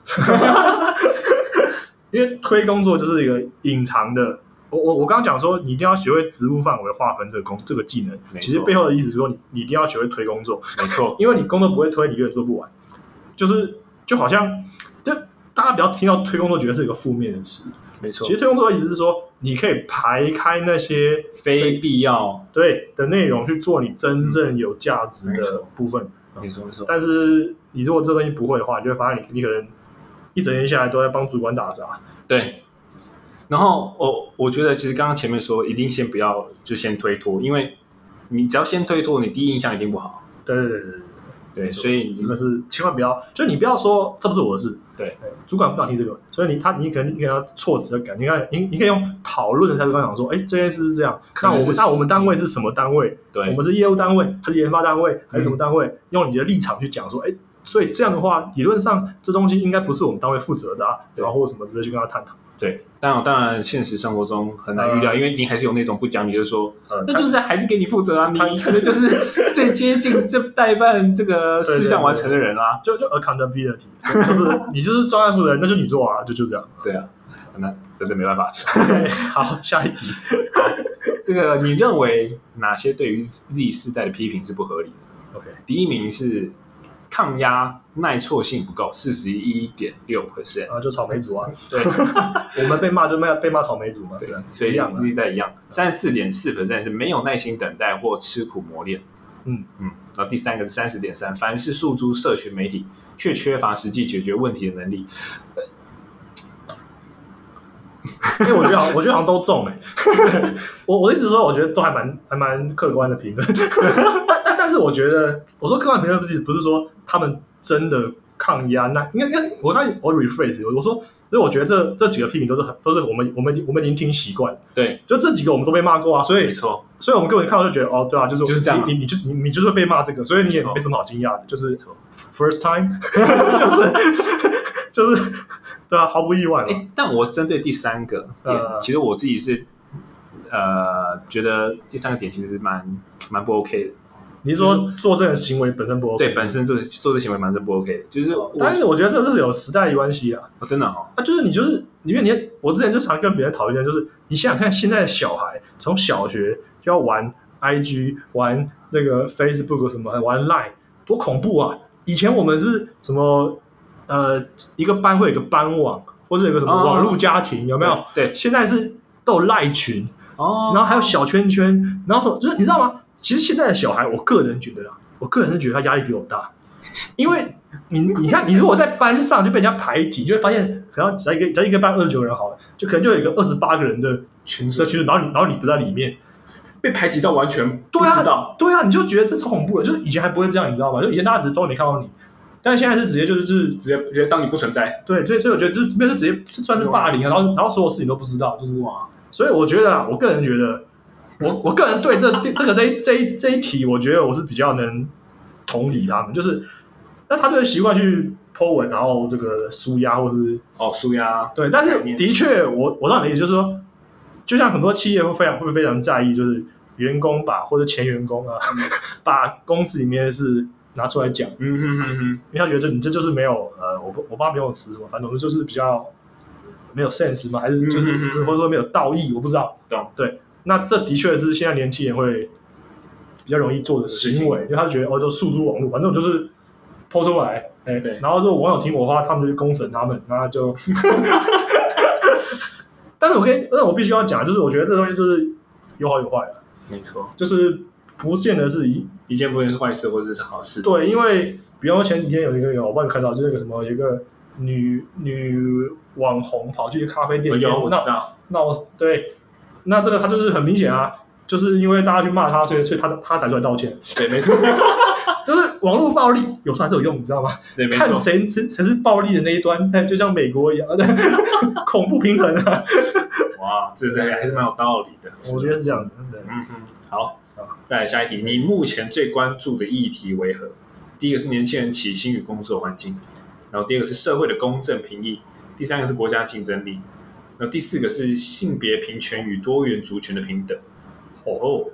Speaker 2: 因为推工作就是一个隐藏的。我我我刚刚讲说，你一定要学会职务范围划分这个工这个技能
Speaker 1: 没，错
Speaker 2: 其实背后的意思是说你，你一定要学会推工作，
Speaker 1: 没错，
Speaker 2: 因为你工作不会推，你永远做不完。就是就好像，就大家不要听到推工作觉得是一个负面的词，
Speaker 1: 没错
Speaker 2: 其，实推工作的意思是说，你可以排开那些
Speaker 1: 非必要，
Speaker 2: 对的内容去做你真正有价值
Speaker 1: 没
Speaker 2: 的
Speaker 1: 错
Speaker 2: 部分。
Speaker 1: 没错没错，
Speaker 2: 但是你如果这东西不会的话，你就会发现你你可能一整天下来都在帮主管打杂。
Speaker 1: 对。然后我我觉得其实刚刚前面说，一定先不要就先推脱，因为你只要先推脱，你第一印象一定不好。
Speaker 2: 对对对对对
Speaker 1: 对，所以
Speaker 2: 对，真
Speaker 1: 你
Speaker 2: 的是千万不要，就你不要说这不是我的事，
Speaker 1: 对，
Speaker 2: 主管不想听这个，所以你他你可能你给他措辞的感觉，你看你你可以用讨论的态度跟他讲说，哎，这件事是这样，
Speaker 1: 可
Speaker 2: 那
Speaker 1: 能
Speaker 2: 我们
Speaker 1: 是
Speaker 2: 那我们单位是什么单位？
Speaker 1: 对，嗯
Speaker 2: 我们是业务单位还是研发单位还是什么单位？用你的立场去讲说，哎，所以这样的话，理论上这东西应该不是我们单位负责的啊，
Speaker 1: 对
Speaker 2: 然后或什么之类去跟他探讨。
Speaker 1: 对，当然当然，现实生活中很难预料，
Speaker 2: 呃
Speaker 1: 因为你还是有那种不讲理，就是说，
Speaker 2: 呃，
Speaker 1: 那就是还是给你负责啊，你可能就是最接近这代办这个 事项完成的人啊。
Speaker 2: 就就 accountability，就是你就是专案负责人，那就你做啊，就就这样。
Speaker 1: 对啊，那真的没办法。
Speaker 2: 好，下一题。
Speaker 1: 这个你认为哪些对于 Z 世代的批评是不合理的？
Speaker 2: OK，
Speaker 1: 第一名是抗压耐挫性不够，四十一点六 percent。
Speaker 2: 啊，就草莓族啊，对， 我们被骂就骂被骂草莓族嘛，
Speaker 1: 对
Speaker 2: 吧，
Speaker 1: 所以
Speaker 2: 一样的啊
Speaker 1: Z 世代一样，三四点四 percent 是没有耐心等待或吃苦磨练。
Speaker 2: 嗯
Speaker 1: 嗯，然后第三个是三十点三，凡是诉诸社群媒体，却缺乏实际解决问题的能力。
Speaker 2: 因为我觉得好像我觉得好像都中哎、我我的意思是说，我觉得都还蛮还蛮客观的评论， 但但但是我觉得，我说客观评论不是不是说他们真的抗压，那应该应该我刚才我 rephrase，我我说，因为我觉得这这几个批评都是很都是我们我们已经我们已经听习惯了，
Speaker 1: 对，
Speaker 2: 就这几个我们都被骂过啊，所以
Speaker 1: 没错，
Speaker 2: 所以我们根本看到就觉得哦，对啊，就是
Speaker 1: 就是这样啊
Speaker 2: 你你你就你你就是会被骂这个，所以你也
Speaker 1: 没错
Speaker 2: 没什么好惊讶的，就是
Speaker 1: 错
Speaker 2: first time，就是就是对啊，毫不意外
Speaker 1: 哎、
Speaker 2: 嘛。
Speaker 1: 但我针对第三个点，
Speaker 2: 呃
Speaker 1: 其实我自己是呃觉得第三个点其实蛮蛮不 OK 的。
Speaker 2: 你是说做这个行为本身不 OK？
Speaker 1: 对，本身这个做这行为蛮是不 OK 的，就是我
Speaker 2: 哦但是我觉得这是有时代关系啊，
Speaker 1: 我真的哦，
Speaker 2: 啊，就是你就是因为你我之前就常跟别人讨论，就是你想想看，现在的小孩从小学就要玩 IG、玩那个 Facebook 什么，玩 Line，多恐怖啊！以前我们是什么呃，一个班会有一个班网，或者有个什么
Speaker 1: 哦
Speaker 2: 网络家庭，有没有？
Speaker 1: 对对
Speaker 2: 现在是都有赖群，
Speaker 1: 哦，
Speaker 2: 然后还有小圈圈，然后什么就是你知道吗？其实现在的小孩，我个人觉得啦，我个人是觉得他压力比我大，因为你你看，你如果在班上就被人家排挤，你就会发现，可能只要一个只要一个班二十九人好了，就可能就有一个二十八个人的
Speaker 1: 群
Speaker 2: 社区，然后你然后你不在里面，
Speaker 1: 被排挤到完全不
Speaker 2: 对啊
Speaker 1: 知道，
Speaker 2: 对啊，你就觉得这超恐怖的，就是以前还不会这样，你知道吗？就以前大家只是周点看到你，但现在是直接就是就是
Speaker 1: 直接直接当你不存在，
Speaker 2: 对，所以所以我觉得这这边就直接这算是霸凌啊，然后然后所有事情都不知道，就是哇。所以我觉得啊，我个人觉得，我我个人对这这个这一这一这一题，我觉得我是比较能同理他们，就是那他就是习惯去 Po 文，然后这个舒压或是
Speaker 1: 哦，舒压，
Speaker 2: 对，但是
Speaker 1: 概念
Speaker 2: 的确，我我让你的意思就是说，就像很多企业会非常会非常在意，就是员工把或者前员工啊，把公司里面的事拿出来讲。
Speaker 1: 嗯哼哼哼，
Speaker 2: 因为他觉得你这就是没有呃，我不我爸没有词什么，反正我就是比较没有 sense 嘛，还是就
Speaker 1: 嗯
Speaker 2: 是、
Speaker 1: 嗯嗯
Speaker 2: 就是或者说没有道义，我不知道。
Speaker 1: 懂
Speaker 2: 对，那这的确是现在年轻人会比较容易做的行为，因为他觉得哦，就诉诸网络，反正我就是抛出来，哎、
Speaker 1: 对
Speaker 2: 然后如果网友听我的话，他们就去公审他们，那 就。 但是我可以，但我必须要讲，就是我觉得这东西就是有好有坏啊，
Speaker 1: 没错，
Speaker 2: 就是不见得是一
Speaker 1: 一件不能是坏事或者是好事，
Speaker 2: 对，因为比方说前几天有一个有我帮你看到，就是那个什么，有一个女女网红跑去咖啡店
Speaker 1: 哦有
Speaker 2: 里
Speaker 1: 哎
Speaker 2: 面
Speaker 1: 有我知
Speaker 2: 闹
Speaker 1: 道，
Speaker 2: 闹，对，那这个她就是很明显啊，就是因为大家去骂他，所以所以他他才出来道歉。
Speaker 1: 对，没 错，
Speaker 2: 就是网络暴力有时候还是有用，你知道吗？
Speaker 1: 对，没
Speaker 2: 看
Speaker 1: 错，
Speaker 2: 谁谁谁是暴力的那一端， 哎就像美国一样，恐怖平衡啊，
Speaker 1: 哇，这这还是蛮有道理的。
Speaker 2: 我觉得是这样子。对
Speaker 1: 嗯嗯，好，再来下一题，你目前最关注的议题为何？第一个是年轻人起薪与工作环境，然后第二个是社会的公正评议，第三个是国家竞争力，那第四个是性别平权与多元族群的平等。哦，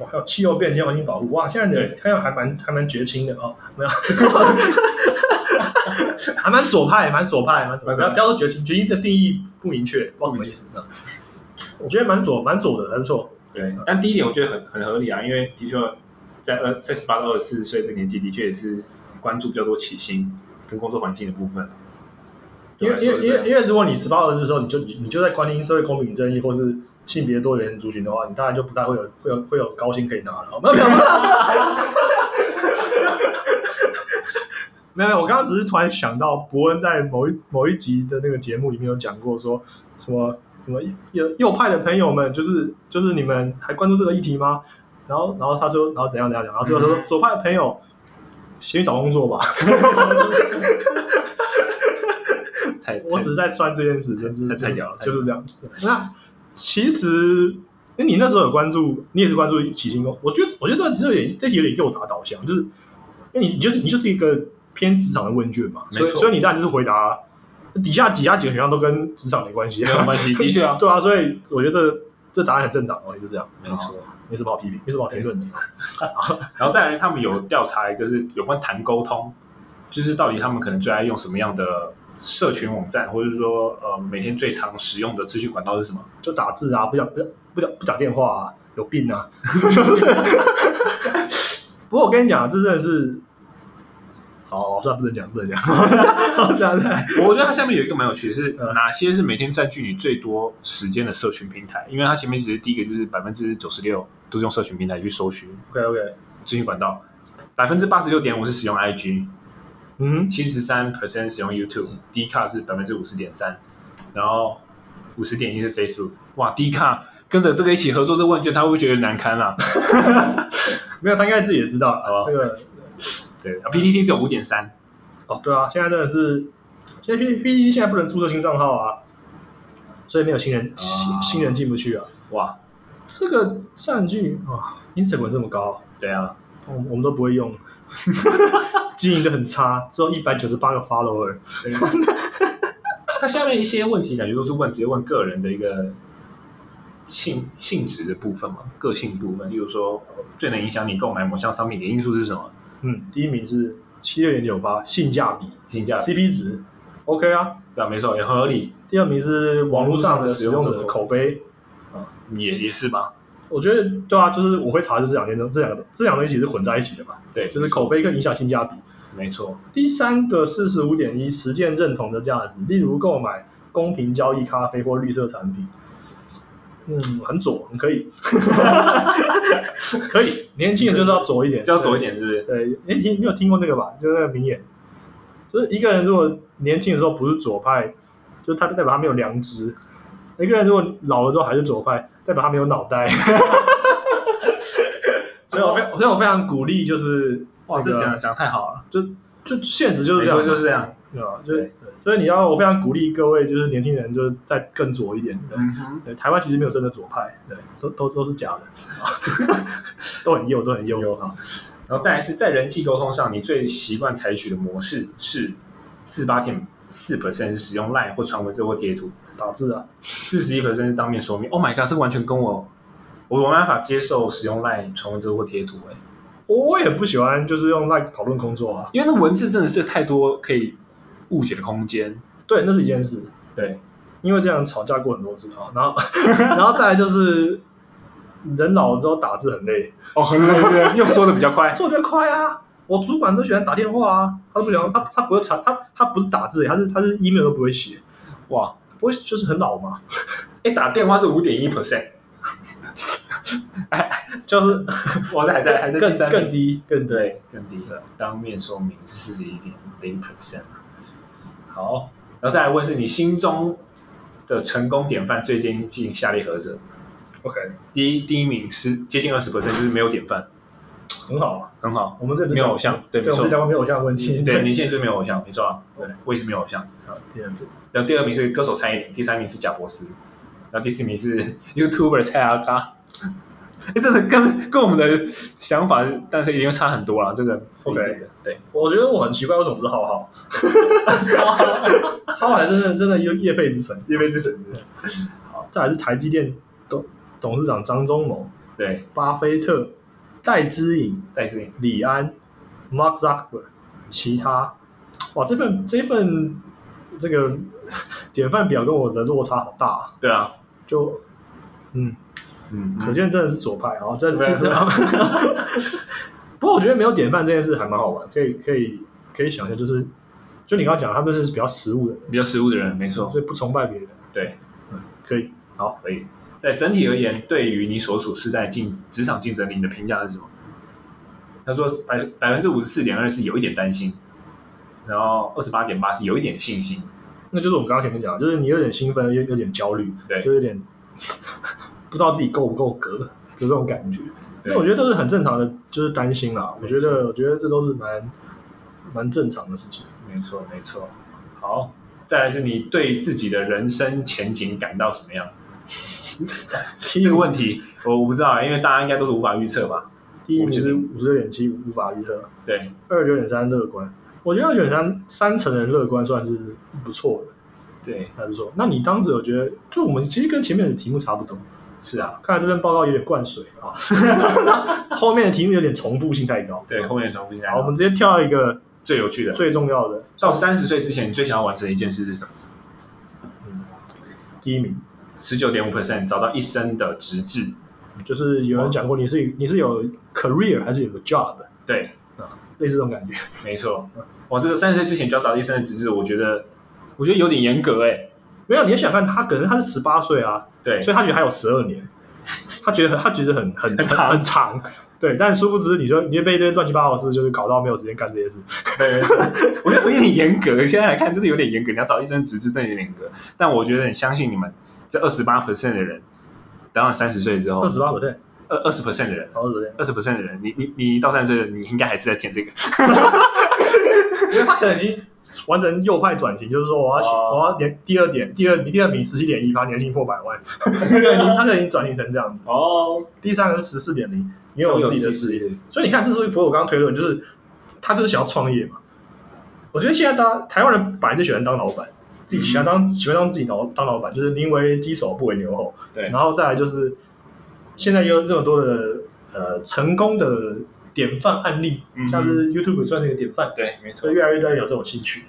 Speaker 2: 哇，还有气候变迁、环境保护，哇，现在的现在还蛮还蛮绝情的哦，没有， 还蛮左派，蛮左派，蛮左派。不要不要说绝情，绝情的定义不明确，不知道什么意思。嗯我觉得蛮左，蛮左的，还不错。
Speaker 1: 对，但第一点我觉得很很合理啊，因为的确在二在十八到二十四岁这个年纪，的确也是关注比较多起薪跟工作环境的部分。
Speaker 2: 因
Speaker 1: 对我来说
Speaker 2: 为因为
Speaker 1: 是
Speaker 2: 因
Speaker 1: 这样
Speaker 2: 为因为如果你十八二十的时候，你就你就在关心社会公平正义或是性别多元族群的话，你当然就不太会有会有会有高薪可以拿了。没有没有没有，没有没有，我刚刚只是突然想到，伯恩在某一某一集的那个节目里面有讲过说什么什么右右派的朋友们，就是就是你们还关注这个议题吗？然后然后他就然后怎样怎样讲，然后最后他说
Speaker 1: 嗯
Speaker 2: 左派的朋友先去找工作吧。
Speaker 1: 太
Speaker 2: 我只是在酸这件事，就是
Speaker 1: 太太屌了太
Speaker 2: 就是这样子。那其实，那你那时候有关注，你也是关注起薪工，我觉得，我觉得这这有点这题有点诱导导向，就是因为你你就是你就是一个偏职场的问卷嘛，
Speaker 1: 没
Speaker 2: 所以
Speaker 1: 错
Speaker 2: 所以你当然就是回答底下底下几个选项都跟职场没关系
Speaker 1: 没有
Speaker 2: 啊，
Speaker 1: 关系，的确啊，
Speaker 2: 对啊，所以我觉得这这答案很正常哦，也就这样，
Speaker 1: 没错。
Speaker 2: 没什么好批评，没什么好评论的。
Speaker 1: 然后再来，他们有调查一个是有关谈沟通，就是到底他们可能最爱用什么样的社群网站，或者是说呃每天最常使用的资讯管道是什么？
Speaker 2: 就打字啊，不讲不讲不讲不讲电话啊，有病啊！ 不过我跟你讲，这真的是，好，算了不能讲，不能讲， 好这样子
Speaker 1: 我觉得它下面有一个蛮有趣的是，
Speaker 2: 嗯
Speaker 1: 哪些是每天占据你最多时间的社群平台？因为它前面其实第一个就是百分之九十六都是用社群平台去搜寻
Speaker 2: OK OK，
Speaker 1: 资讯管道，百分之八十六点五是使用 IG，
Speaker 2: 嗯，
Speaker 1: 七十三 percent 使用 YouTube，D 卡是百分之五十点三，然后五十点一是 Facebook。哇，D 卡跟着这个一起合作这问卷，他会不会觉得难堪啊？
Speaker 2: 没有，他应该自己也知道
Speaker 1: 好
Speaker 2: 啊
Speaker 1: 啊。
Speaker 2: 那个
Speaker 1: 对啊，PPT 只有五点三，
Speaker 2: 哦，对啊，现在真的是，现在 P P T 现在不能注册新账号啊，所以没有新
Speaker 1: 啊
Speaker 2: 人新新人进不去啊。
Speaker 1: 哇，
Speaker 2: 这个占据啊，Instagram 这么高，
Speaker 1: 对啊，
Speaker 2: 我们我们都不会用， 经营的很差，只有一百九十八个 follower。
Speaker 1: 它下面一些问题感觉都是问直接问个人的一个性性质的部分嘛，个性部分，例如说最能影响你购买某项商品的因素是什么？
Speaker 2: 嗯，第一名是七六点九八，性价比
Speaker 1: 性价比，
Speaker 2: CP 值 OK 啊。
Speaker 1: 对啊，没错，也合理，
Speaker 2: 第二名是网络上的使用者
Speaker 1: 网络上的使用者
Speaker 2: 口碑，
Speaker 1: 也也是吧？
Speaker 2: 我觉得对啊，就是我会查，就是这两件东这两个这两个东西是混在一起的嘛，
Speaker 1: 对，
Speaker 2: 就是口碑更影响性价比。
Speaker 1: 没错，
Speaker 2: 第三个四十五点一，实践认同的价值，例如购买公平交易咖啡或绿色产品。嗯，很左，很可以， 可以。年轻人就是要左一点，
Speaker 1: 就要走一点，是不是？
Speaker 2: 对，哎，你你有听过那个吧？就是那个名言，就是一个人如果年轻的时候不是左派，就他代表他没有良知；一个人如果老了之后还是左派，代表他没有脑袋。 所以我非所以我非常鼓励，就是
Speaker 1: 哇，这
Speaker 2: 那个
Speaker 1: 讲得讲得太好了，
Speaker 2: 就现实就是
Speaker 1: 没
Speaker 2: 这样
Speaker 1: 错，
Speaker 2: 嘛，
Speaker 1: 就是这样。
Speaker 2: 对吧？就是所以你要我非常鼓励各位，就是年轻人，就是再更左一点。对
Speaker 1: 嗯哼，
Speaker 2: 对，台湾其实没有真的左派，对，都都都是假的， 都很右，都很右啊。
Speaker 1: 然后再来是在人际沟通上，你最习惯采取的模式是四八点四 percent 是使用 LINE 或传文字或贴图，
Speaker 2: 打字啊，
Speaker 1: 四十一 percent 是当面说明。Oh my god，这个完全跟我我没办法接受使用 LINE 传文字或贴图哎、
Speaker 2: 我我也不喜欢就是用 like 讨论工作啊，
Speaker 1: 因为那文字真的是太多可以误解的空间。
Speaker 2: 对，那是一件事，
Speaker 1: 对，
Speaker 2: 因为这样吵架过很多次啊，然后 然后再来就是人老了之后打字很累，
Speaker 1: 哦，很累，对又说的比较快。
Speaker 2: 做得快啊，我主管都喜欢打电话啊，他不喜欢他他不会查他他不是打字，他是他是 email 都不会写，
Speaker 1: 哇，
Speaker 2: 不会就是很老嘛，
Speaker 1: 哎，打电话是五点一 percent，
Speaker 2: 就是
Speaker 1: 哇，这还在还在第
Speaker 2: 更
Speaker 1: 三
Speaker 2: 更
Speaker 1: 名。
Speaker 2: 低更低，
Speaker 1: 对，更低了。当面说明是四十一点零 percent。好，然后再来问是你心中的成功典范最接近下列何者？
Speaker 2: OK，
Speaker 1: 第一第一名是接近二十 percent，就是没有典范，
Speaker 2: 很好啊。
Speaker 1: 很好，
Speaker 2: 我们这里
Speaker 1: 没有偶像，对，没
Speaker 2: 对，我
Speaker 1: 错嗯
Speaker 2: 们这，台湾没有偶像的问题。
Speaker 1: 对，年轻人就是没有偶像，没错啊
Speaker 2: 对，
Speaker 1: 我也是没有偶像。
Speaker 2: 好， 这样子。
Speaker 1: 然后第二名是歌手蔡依林，第三名是贾博士，然后第四名是 YouTuber 蔡阿嘎。哎，真的跟跟我们的想法，但是一定差很多啦。这个
Speaker 2: OK
Speaker 1: 是一定的对，
Speaker 2: 我觉得我很奇怪，为什么不是浩浩？浩浩真的真的业业配之神，
Speaker 1: 叶飞之神，
Speaker 2: 好，再来是台积电董董事长张忠谋、
Speaker 1: 对，
Speaker 2: 巴菲特、戴之颖、
Speaker 1: 戴志颖，
Speaker 2: 李安、Mark Zuckerberg，其他，哇，这份这份这个 典范表跟我的落差好大、啊，
Speaker 1: 对啊，
Speaker 2: 就嗯，
Speaker 1: 嗯，
Speaker 2: 可见真的是左派啊，这
Speaker 1: 对
Speaker 2: 这
Speaker 1: 啊对
Speaker 2: 不过我觉得没有典范这件事还蛮好玩，可以可以可以想一下，就是就你刚刚讲，他们是比较实务的人，
Speaker 1: 比较实务的人，没错，
Speaker 2: 所以不崇拜别人，嗯
Speaker 1: 对，
Speaker 2: 可以。好，
Speaker 1: 可以。在整体而言，对于你所处世代竞职场竞争力，你的评价是什么？他说百百分之五十四点二是有一点担心，然后二十八点八是有一点信心，
Speaker 2: 那就是我们刚刚前面讲的，就是你有点兴奋，又有点焦虑，
Speaker 1: 对
Speaker 2: 就有点 不知道自己够不够格的这种感觉。
Speaker 1: 对
Speaker 2: 但我觉得都是很正常的，就是担心啦。我觉得，我觉得这都是蛮蛮正常的事情。
Speaker 1: 没错，没错。好，再来是你对自己的人生前景感到什么样？
Speaker 2: 这
Speaker 1: 这个问题我我不知道，啊因为大家应该都是无法预测吧？
Speaker 2: 第一名是五十六点七，无法预测；
Speaker 1: 对，
Speaker 2: 二九点三，乐观。我觉得二九点三三成人乐观算是不错的，
Speaker 1: 对，
Speaker 2: 还不错。那你当时有觉得，就我们其实跟前面的题目差不多，
Speaker 1: 是啊，
Speaker 2: 看来这份报告有点灌水啊， 后面的题目有点重复性太高。
Speaker 1: 对，后面重复进来
Speaker 2: 好，。我们直接跳到一个
Speaker 1: 最有趣的，
Speaker 2: 最重要的
Speaker 1: 到三十岁之前，你最想要完成的一件事是什么？
Speaker 2: 第一名，
Speaker 1: 十九点五 percent 找到一生的直至。
Speaker 2: 就是有人讲过你是你是有 career 还是有个 job，的
Speaker 1: 对，
Speaker 2: 类似这种感觉。
Speaker 1: 没错。哇，这个三十岁之前就要找到一生的直至，我觉得，我觉得有点严格哎、
Speaker 2: 没有，你要想看他，可能他是十八岁啊，
Speaker 1: 对，
Speaker 2: 所以他觉得还有十二年，他觉得很他觉得很很
Speaker 1: 很长
Speaker 2: 很长，对。但殊不知，你说你就被一堆乱七八糟的事，就是搞到没有时间干这些事。
Speaker 1: 对， 我觉得有点严格。现在来看，真的有点严格。你要找医生资质，真的有点严格。但我觉得很相信你们这二十八 percent 的人，等到三十岁之后
Speaker 2: 二，十八不对，
Speaker 1: 哦二二十 percent 的人，
Speaker 2: 二十不对，
Speaker 1: 二十 percent 的人，你你你到三十岁的，你应该还是在填这个。
Speaker 2: 因为他可能已经完成右派转型，就是说我要写、
Speaker 1: 哦
Speaker 2: 我要年第二点第二第二名十七点一，他年薪破百万，那个已经他可能已经转型成这样子。
Speaker 1: 哦，
Speaker 2: 第三个是十四点零，也有自己的事业。
Speaker 1: 业，
Speaker 2: 所以你看，这是符合我刚刚推论，就是他就是想要创业嘛。我觉得现在大家台湾人本来就喜欢当老板，自己喜欢当、喜欢当自己老当老板，就是宁为鸡首不为牛后。
Speaker 1: 对
Speaker 2: 然后再来就是现在有那么多的呃成功的典范案例，
Speaker 1: 嗯
Speaker 2: 像是 YouTube 算是一个典范，
Speaker 1: 对，没
Speaker 2: 所
Speaker 1: 错
Speaker 2: 以，越来越多人有这种兴趣。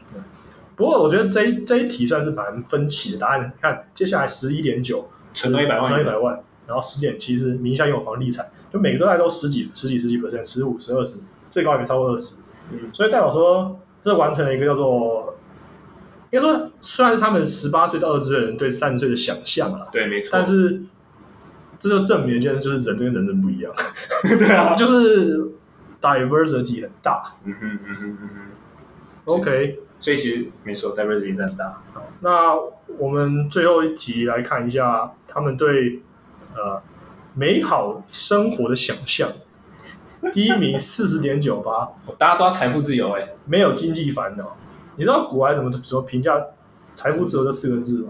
Speaker 2: 不过我觉得这一这一题算是蛮分歧的答案。看接下来十一点九，
Speaker 1: 存到一百万，
Speaker 2: 存到一百万，然后十点其实名下拥有房地产，就每个都大概都十几、十几、十几 percent，十五、十二十，最高也没超过二十。
Speaker 1: 嗯
Speaker 2: 所以代表说，这完成了一个叫做，应该说虽然是他们十八岁到二十岁的人对三十岁的想象啊，
Speaker 1: 对，没错。
Speaker 2: 但是这就证明一件事，就是人跟人真的不一样，
Speaker 1: 对啊，
Speaker 2: 就是 diversity 很大。
Speaker 1: 嗯哼嗯哼嗯哼，
Speaker 2: OK，
Speaker 1: 所以其实没错，diversity 真的很大。
Speaker 2: 那我们最后一题来看一下他们对呃美好生活的想象。第一名四十点九八，
Speaker 1: 大家都要财富自由哎、
Speaker 2: 没有经济烦恼。你知道古埃怎么怎么评价“财富自由”这四个字吗？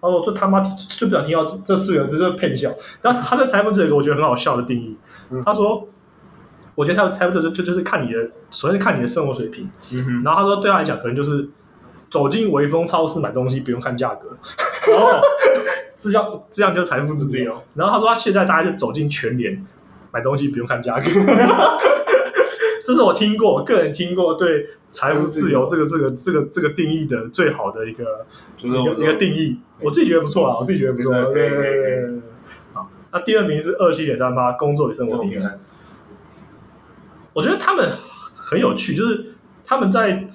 Speaker 2: 他说：“这他妈就不想听到这这四个字，就骗笑。”然后他对财富自由有一个我觉得很好笑的定义
Speaker 1: 嗯，
Speaker 2: 他说：“我觉得他的财富自由就就就是看你的，首先是看你的生活水平，
Speaker 1: 嗯哼，
Speaker 2: 然后他说对他来讲可能就是走进微风超市买东西不用看价格，
Speaker 1: 哦，
Speaker 2: 这样这样就财富自由。然后他说他现在大概就走进全联买东西不用看价格， 这是我听过，我个人听过对财富自由这个这个这个这个定义的最好的一个
Speaker 1: 就
Speaker 2: 一
Speaker 1: 是我
Speaker 2: 个一个定义，我自己觉得不错啊，我自己觉得不错。
Speaker 1: 对
Speaker 2: 对
Speaker 1: 对对
Speaker 2: 对
Speaker 1: 对
Speaker 2: 对对。好，那第二名是二七点三八，工作与生
Speaker 1: 生
Speaker 2: 活
Speaker 1: 活
Speaker 2: 平
Speaker 1: 平
Speaker 2: 衡。
Speaker 1: 衡，
Speaker 2: 我觉得他们很有趣，就是他们在，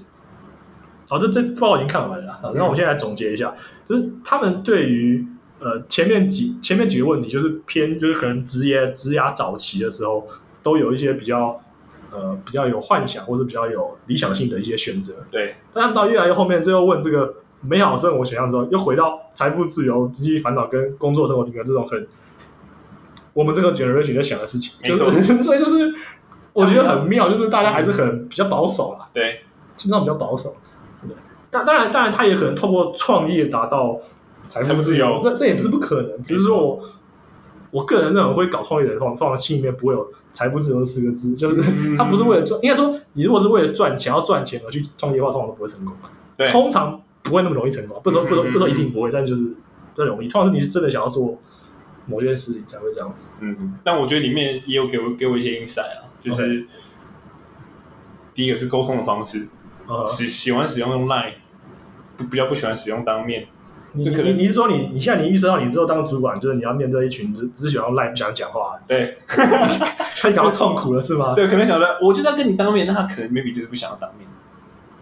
Speaker 2: 好、这这报告已经看完了啦，然后我现在来总结一下，就是他们对于呃前面几前面几个问题，就是偏就是可能职业职涯早期的时候，都有一些比较呃比较有幻想或者比较有理想性的一些选择，
Speaker 1: 对，
Speaker 2: 但他们到越来越后面，最后问这个美好生活想象之后，又回到财富自由、经济烦恼跟工作生活平衡这种很我们这个 generation 在想的事情，
Speaker 1: 没
Speaker 2: 就
Speaker 1: 错
Speaker 2: 是 所以就是我觉得很妙，就是大家还是
Speaker 1: 嗯
Speaker 2: 很比较保守啦，
Speaker 1: 对，
Speaker 2: 基本上比较保守。对，但当然，当然他也可能透过创业达到财
Speaker 1: 财
Speaker 2: 富
Speaker 1: 富自
Speaker 2: 自
Speaker 1: 由嗯
Speaker 2: 这这也不是不可能，只是说我我个人认为会搞创业的人，通常心里面不会有财富自由四个字，就是
Speaker 1: 嗯
Speaker 2: 他不是为了赚，应该说你如果是为了赚钱要赚钱而去创业的话，通常都不会成功
Speaker 1: 对。
Speaker 2: 通常不会那么容易成功，不能说不
Speaker 1: 嗯
Speaker 2: 能不能说一定不会，但就是比较容易。通常是你是真的想要做某件事情才会这样子。
Speaker 1: 嗯，但我觉得里面也有给我给我一些 insight 啊，就是第一个是沟通的方式，
Speaker 2: 呃，
Speaker 1: 喜喜欢使用用 Line，不比较不喜欢使用当面，
Speaker 2: 你
Speaker 1: 这可能
Speaker 2: 你你是说你你现在你预测到你之后当主管，就是你要面对一群只只喜欢赖不想讲话，
Speaker 1: 对
Speaker 2: 他感到痛苦了是吗？
Speaker 1: 对，可能想着我就是要跟你当面，那他可能 maybe 就是不想要当面，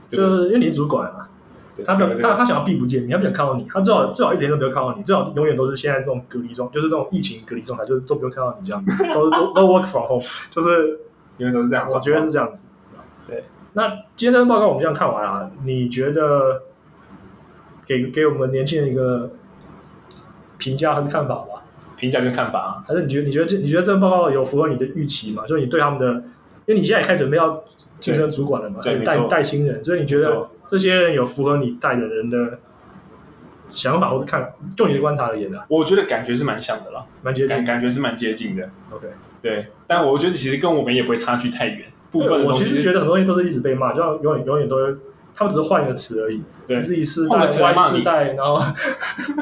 Speaker 2: 就是因为你是主管啊，
Speaker 1: 对
Speaker 2: 他
Speaker 1: 这
Speaker 2: 想
Speaker 1: 个
Speaker 2: 他他想要避不见你，他不想看到你，他最好最好一点都不要看到你，最好永远都是现在这种隔离状，就是那种疫情隔离状态，就是都不用看到你这样，都都都 work from home，就是
Speaker 1: 因为都是这样，
Speaker 2: 我觉得是这样子。
Speaker 1: 对，
Speaker 2: 那今天这份报告我们这样看完啊，你觉得给给我们年轻人一个评价还是看法吧？
Speaker 1: 评价跟看法啊，
Speaker 2: 还是你觉得你觉得这你觉得这份报告有符合你的预期吗？就是你对他们的，因为你现在也开始准备要晋升主管了嘛，
Speaker 1: 对没
Speaker 2: 带
Speaker 1: 错
Speaker 2: 带新人，所以你觉
Speaker 1: 没
Speaker 2: 得
Speaker 1: 错
Speaker 2: 这些人有符合你带的人的想法或者看，就你的观察而言啊，
Speaker 1: 我觉得感觉是蛮像的啦，
Speaker 2: 蛮接
Speaker 1: 感
Speaker 2: 近。
Speaker 1: 感觉是蛮接近的，
Speaker 2: OK，
Speaker 1: 对，但我觉得其实跟我们也不会差距太远，部分
Speaker 2: 对
Speaker 1: 的
Speaker 2: 我
Speaker 1: 东
Speaker 2: 其
Speaker 1: 西
Speaker 2: 实觉得很多东西都是一直被骂，就像永远永远都会，他们只是换一个词而已。
Speaker 1: 对
Speaker 2: 你自己世代、
Speaker 1: 换个词来
Speaker 2: Y
Speaker 1: 骂你
Speaker 2: 世代， 然后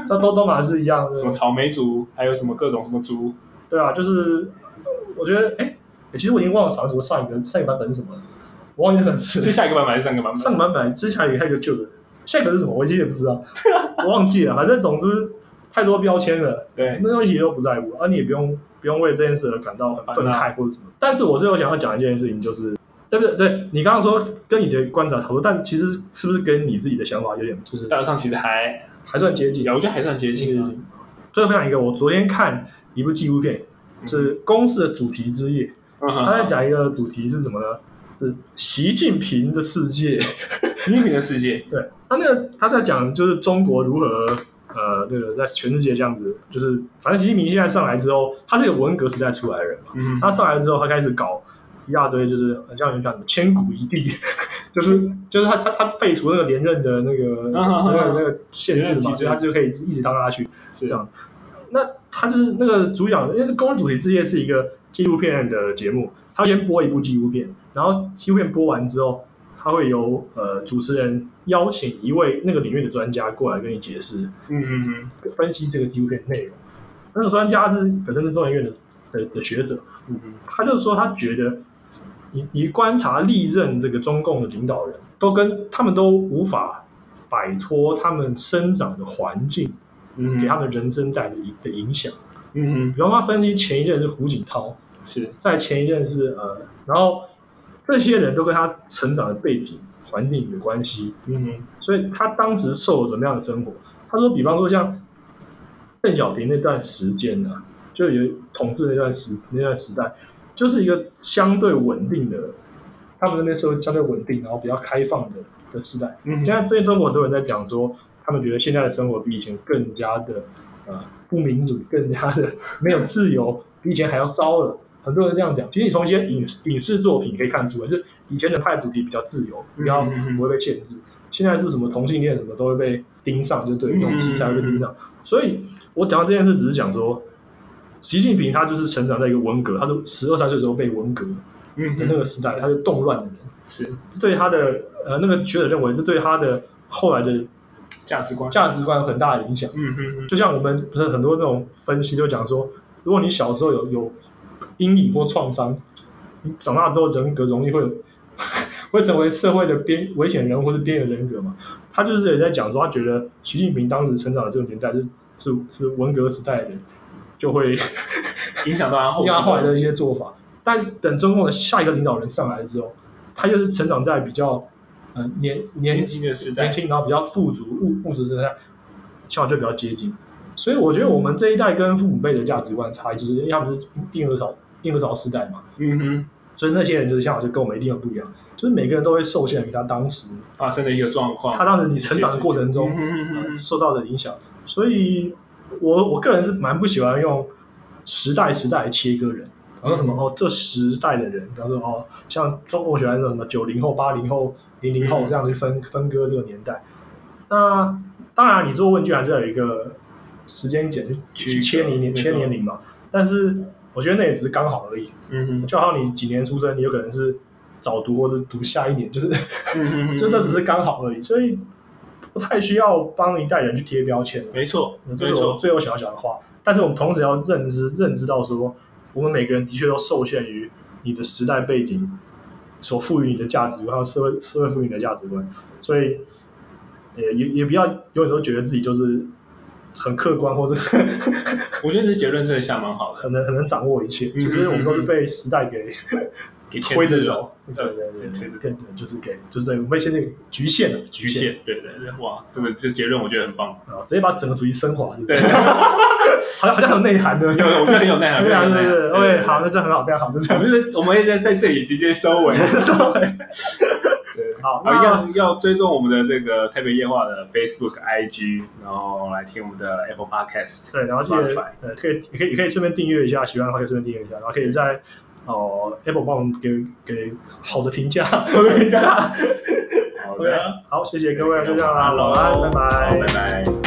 Speaker 2: 这都都嘛是一样
Speaker 1: 什么
Speaker 2: 的，
Speaker 1: 草莓族，还有什么各种什么族，
Speaker 2: 对啊，就是我觉得，哎、其实我已经忘了长什么上一个上一个版本是什么了，我忘记那个 词
Speaker 1: 是。下一个版本还是上个版本？
Speaker 2: 上个版本之前有一个还有一个旧的，下一个是什么？我其实也不知道，我忘记了。反正总之太多标签了，
Speaker 1: 对，
Speaker 2: 那东西都不在乎，而、啊你也不用不用为这件事而感到很愤慨或者什么。但是我最后想要讲一件事情，就是对不对？对你刚刚说跟你的观察讨论，但其实是不是跟你自己的想法有点就是
Speaker 1: 大致上其实还，
Speaker 2: 还算接近？
Speaker 1: 我觉得还算接近啊，
Speaker 2: 最后分享一个，我昨天看一部纪录片，
Speaker 1: 嗯
Speaker 2: 是公司的主题之夜，
Speaker 1: 嗯哼
Speaker 2: 他在讲一个主题是什么呢？是习近平的世界。
Speaker 1: 习近平的世界，
Speaker 2: 对他那个他在讲就是中国如何呃这个在全世界这样子，就是反正习近平现在上来之后，他是一个文革时代出来的人嘛，
Speaker 1: 嗯，
Speaker 2: 他上来之后他开始搞一大堆就是像人讲什么千古一帝， 就是就是他他他废除那个连任的那个、
Speaker 1: 嗯嗯嗯
Speaker 2: 那个那个限
Speaker 1: 连
Speaker 2: 制
Speaker 1: 任机
Speaker 2: 嘛，
Speaker 1: 制
Speaker 2: 所以他就可以一直当下去。
Speaker 1: 是
Speaker 2: 这样。那他就是那个主讲，因为公司主题之夜是一个纪录片的节目，他先播一部纪录片，然后纪录片播完之后，他会由呃主持人邀请一位那个领域的专家过来跟你解释、
Speaker 1: 嗯嗯
Speaker 2: 分析这个纪录片内容。那个专家是本身是中研院的的的学者，
Speaker 1: 嗯嗯，
Speaker 2: 他就说他觉得你你观察历任这个中共的领导人都跟他们都无法摆脱他们生长的环境
Speaker 1: 嗯
Speaker 2: 给他们人生带来的影的影响。
Speaker 1: 嗯
Speaker 2: 比方说他分析前一任是胡锦涛，
Speaker 1: 哼，是，
Speaker 2: 在前一任是呃，然后这些人都跟他成长的背景环境有关系，
Speaker 1: 嗯哼，
Speaker 2: 所以他当时受了怎么样的生活？他说，比方说像邓小平那段时间呢、就有统治那段时那段时代，就是一个相对稳定的，他们那边社会相对稳定，然后比较开放的的时代。
Speaker 1: 嗯
Speaker 2: 现
Speaker 1: 哼，
Speaker 2: 在对中国很多人在讲说，他们觉得现在的生活比以前更加的呃不民主，更加的没有自由，比以前还要糟了。很多人这样讲，其实你从一些影影视作品可以看出来，就是以前的派主题比较自由，比较
Speaker 1: 嗯嗯嗯
Speaker 2: 不会被限制。现在是什么同性恋什么都会被盯上，就
Speaker 1: 嗯
Speaker 2: 对这种题材会被盯上。所以我讲到这件事，只是讲说，习近平他就是成长在一个文革，他是十二三岁的时候被文革
Speaker 1: 嗯
Speaker 2: 的那
Speaker 1: 哼，
Speaker 2: 个时代，他是动乱的人。
Speaker 1: 是
Speaker 2: 这对他的呃那个学者认为，这对他的后来的
Speaker 1: 价值观，
Speaker 2: 价值观有很大的影响。
Speaker 1: 嗯哼
Speaker 2: 就像我们不是很多那种分析就讲说，如果你小时候有有阴影或创伤，你长大之后人格容易会有 会成为社会的边危险人或是边缘人格嘛。他就是也在讲说，他觉得习近平当时成长的这个年代是是是文革时代的人，就会
Speaker 1: 影响到他后
Speaker 2: 应
Speaker 1: 续
Speaker 2: 该后来的一些做法。但是等中共的下一个领导人上来之后，他又是成长在比较呃年年
Speaker 1: 年轻的时代
Speaker 2: 年，轻，然后比较富足物物质生态，像我就比较接近。所以我觉得我们这一代跟父母辈的价值观差异，就是因为他们是婴儿潮婴儿潮时代嘛，
Speaker 1: 嗯哼，
Speaker 2: 所以那些人就是像我就跟我们一定很不一样，就是每个人都会受限于他当时
Speaker 1: 发生的一个状况，
Speaker 2: 他当时你成长的过程中
Speaker 1: 嗯哼嗯哼嗯哼
Speaker 2: 受到的影响，所以我我个人是蛮不喜欢用时代时代来切割人，然
Speaker 1: 嗯
Speaker 2: 后什么哦，这时代的人，比方说哦，像中国喜欢说什么九零后、八零后、零零后
Speaker 1: 嗯
Speaker 2: 这样去分分割这个年代。那当然，你做问卷还是要有一个时间点去去
Speaker 1: 区隔
Speaker 2: 切年龄、
Speaker 1: 没错
Speaker 2: 切年龄嘛。但是我觉得那也只是刚好而已。
Speaker 1: 嗯
Speaker 2: 就好像你几年出生，你有可能是早读或者读下一年，就是
Speaker 1: 嗯
Speaker 2: 就这只是刚好而已，所以不太需要帮一代人去贴标签了。
Speaker 1: 没错，没
Speaker 2: 嗯这是我
Speaker 1: 错，
Speaker 2: 最后想要讲的话。但是我们同时要认知认知到说，我们每个人的确都受限于你的时代背景所赋予你的价值观，还有社会社会赋予你的价值观，所以也也也不要永远都觉得自己就是很客观，或者
Speaker 1: 我觉得这结论真的下蛮好的，
Speaker 2: 很能很能掌握一切。
Speaker 1: 嗯
Speaker 2: 其实我们都是被时代给
Speaker 1: 给
Speaker 2: 推
Speaker 1: 牵
Speaker 2: 着
Speaker 1: 制了，
Speaker 2: 走，对对对
Speaker 1: 对
Speaker 2: 对
Speaker 1: 对
Speaker 2: 对，就是给就是对，我们被现在局限了，
Speaker 1: 局限，对对对，哇，这个这结论我觉得很棒，
Speaker 2: 啊，直接把整个主义升华，对不对
Speaker 1: 对，有
Speaker 2: 好像好像有内 涵的，有
Speaker 1: 我觉得很有内涵，
Speaker 2: 对
Speaker 1: 很
Speaker 2: 啊，
Speaker 1: 有内涵
Speaker 2: 对对对
Speaker 1: 对对
Speaker 2: ，OK，好，那这很好，非常好，就这
Speaker 1: 我
Speaker 2: 样。
Speaker 1: 们是我们也在在这里直接收尾。
Speaker 2: 对，好，
Speaker 1: 好，
Speaker 2: 那
Speaker 1: 要要追踪我们的这个台北夜话的 Facebook、IG，然后来听我们的 Apple Podcast。
Speaker 2: 对，然后记
Speaker 1: Spotify
Speaker 2: 得呃，可以也可以也可以顺便订阅一下，喜欢的话可以顺便订阅一下，然后可以在哦 Apple 帮我们给给好的评价，好的评价。
Speaker 1: 好
Speaker 2: OK，
Speaker 1: 的，
Speaker 2: 好，谢谢各位，就这样啦，
Speaker 1: 好
Speaker 2: 晚安，拜
Speaker 1: 好
Speaker 2: 拜
Speaker 1: 拜。拜。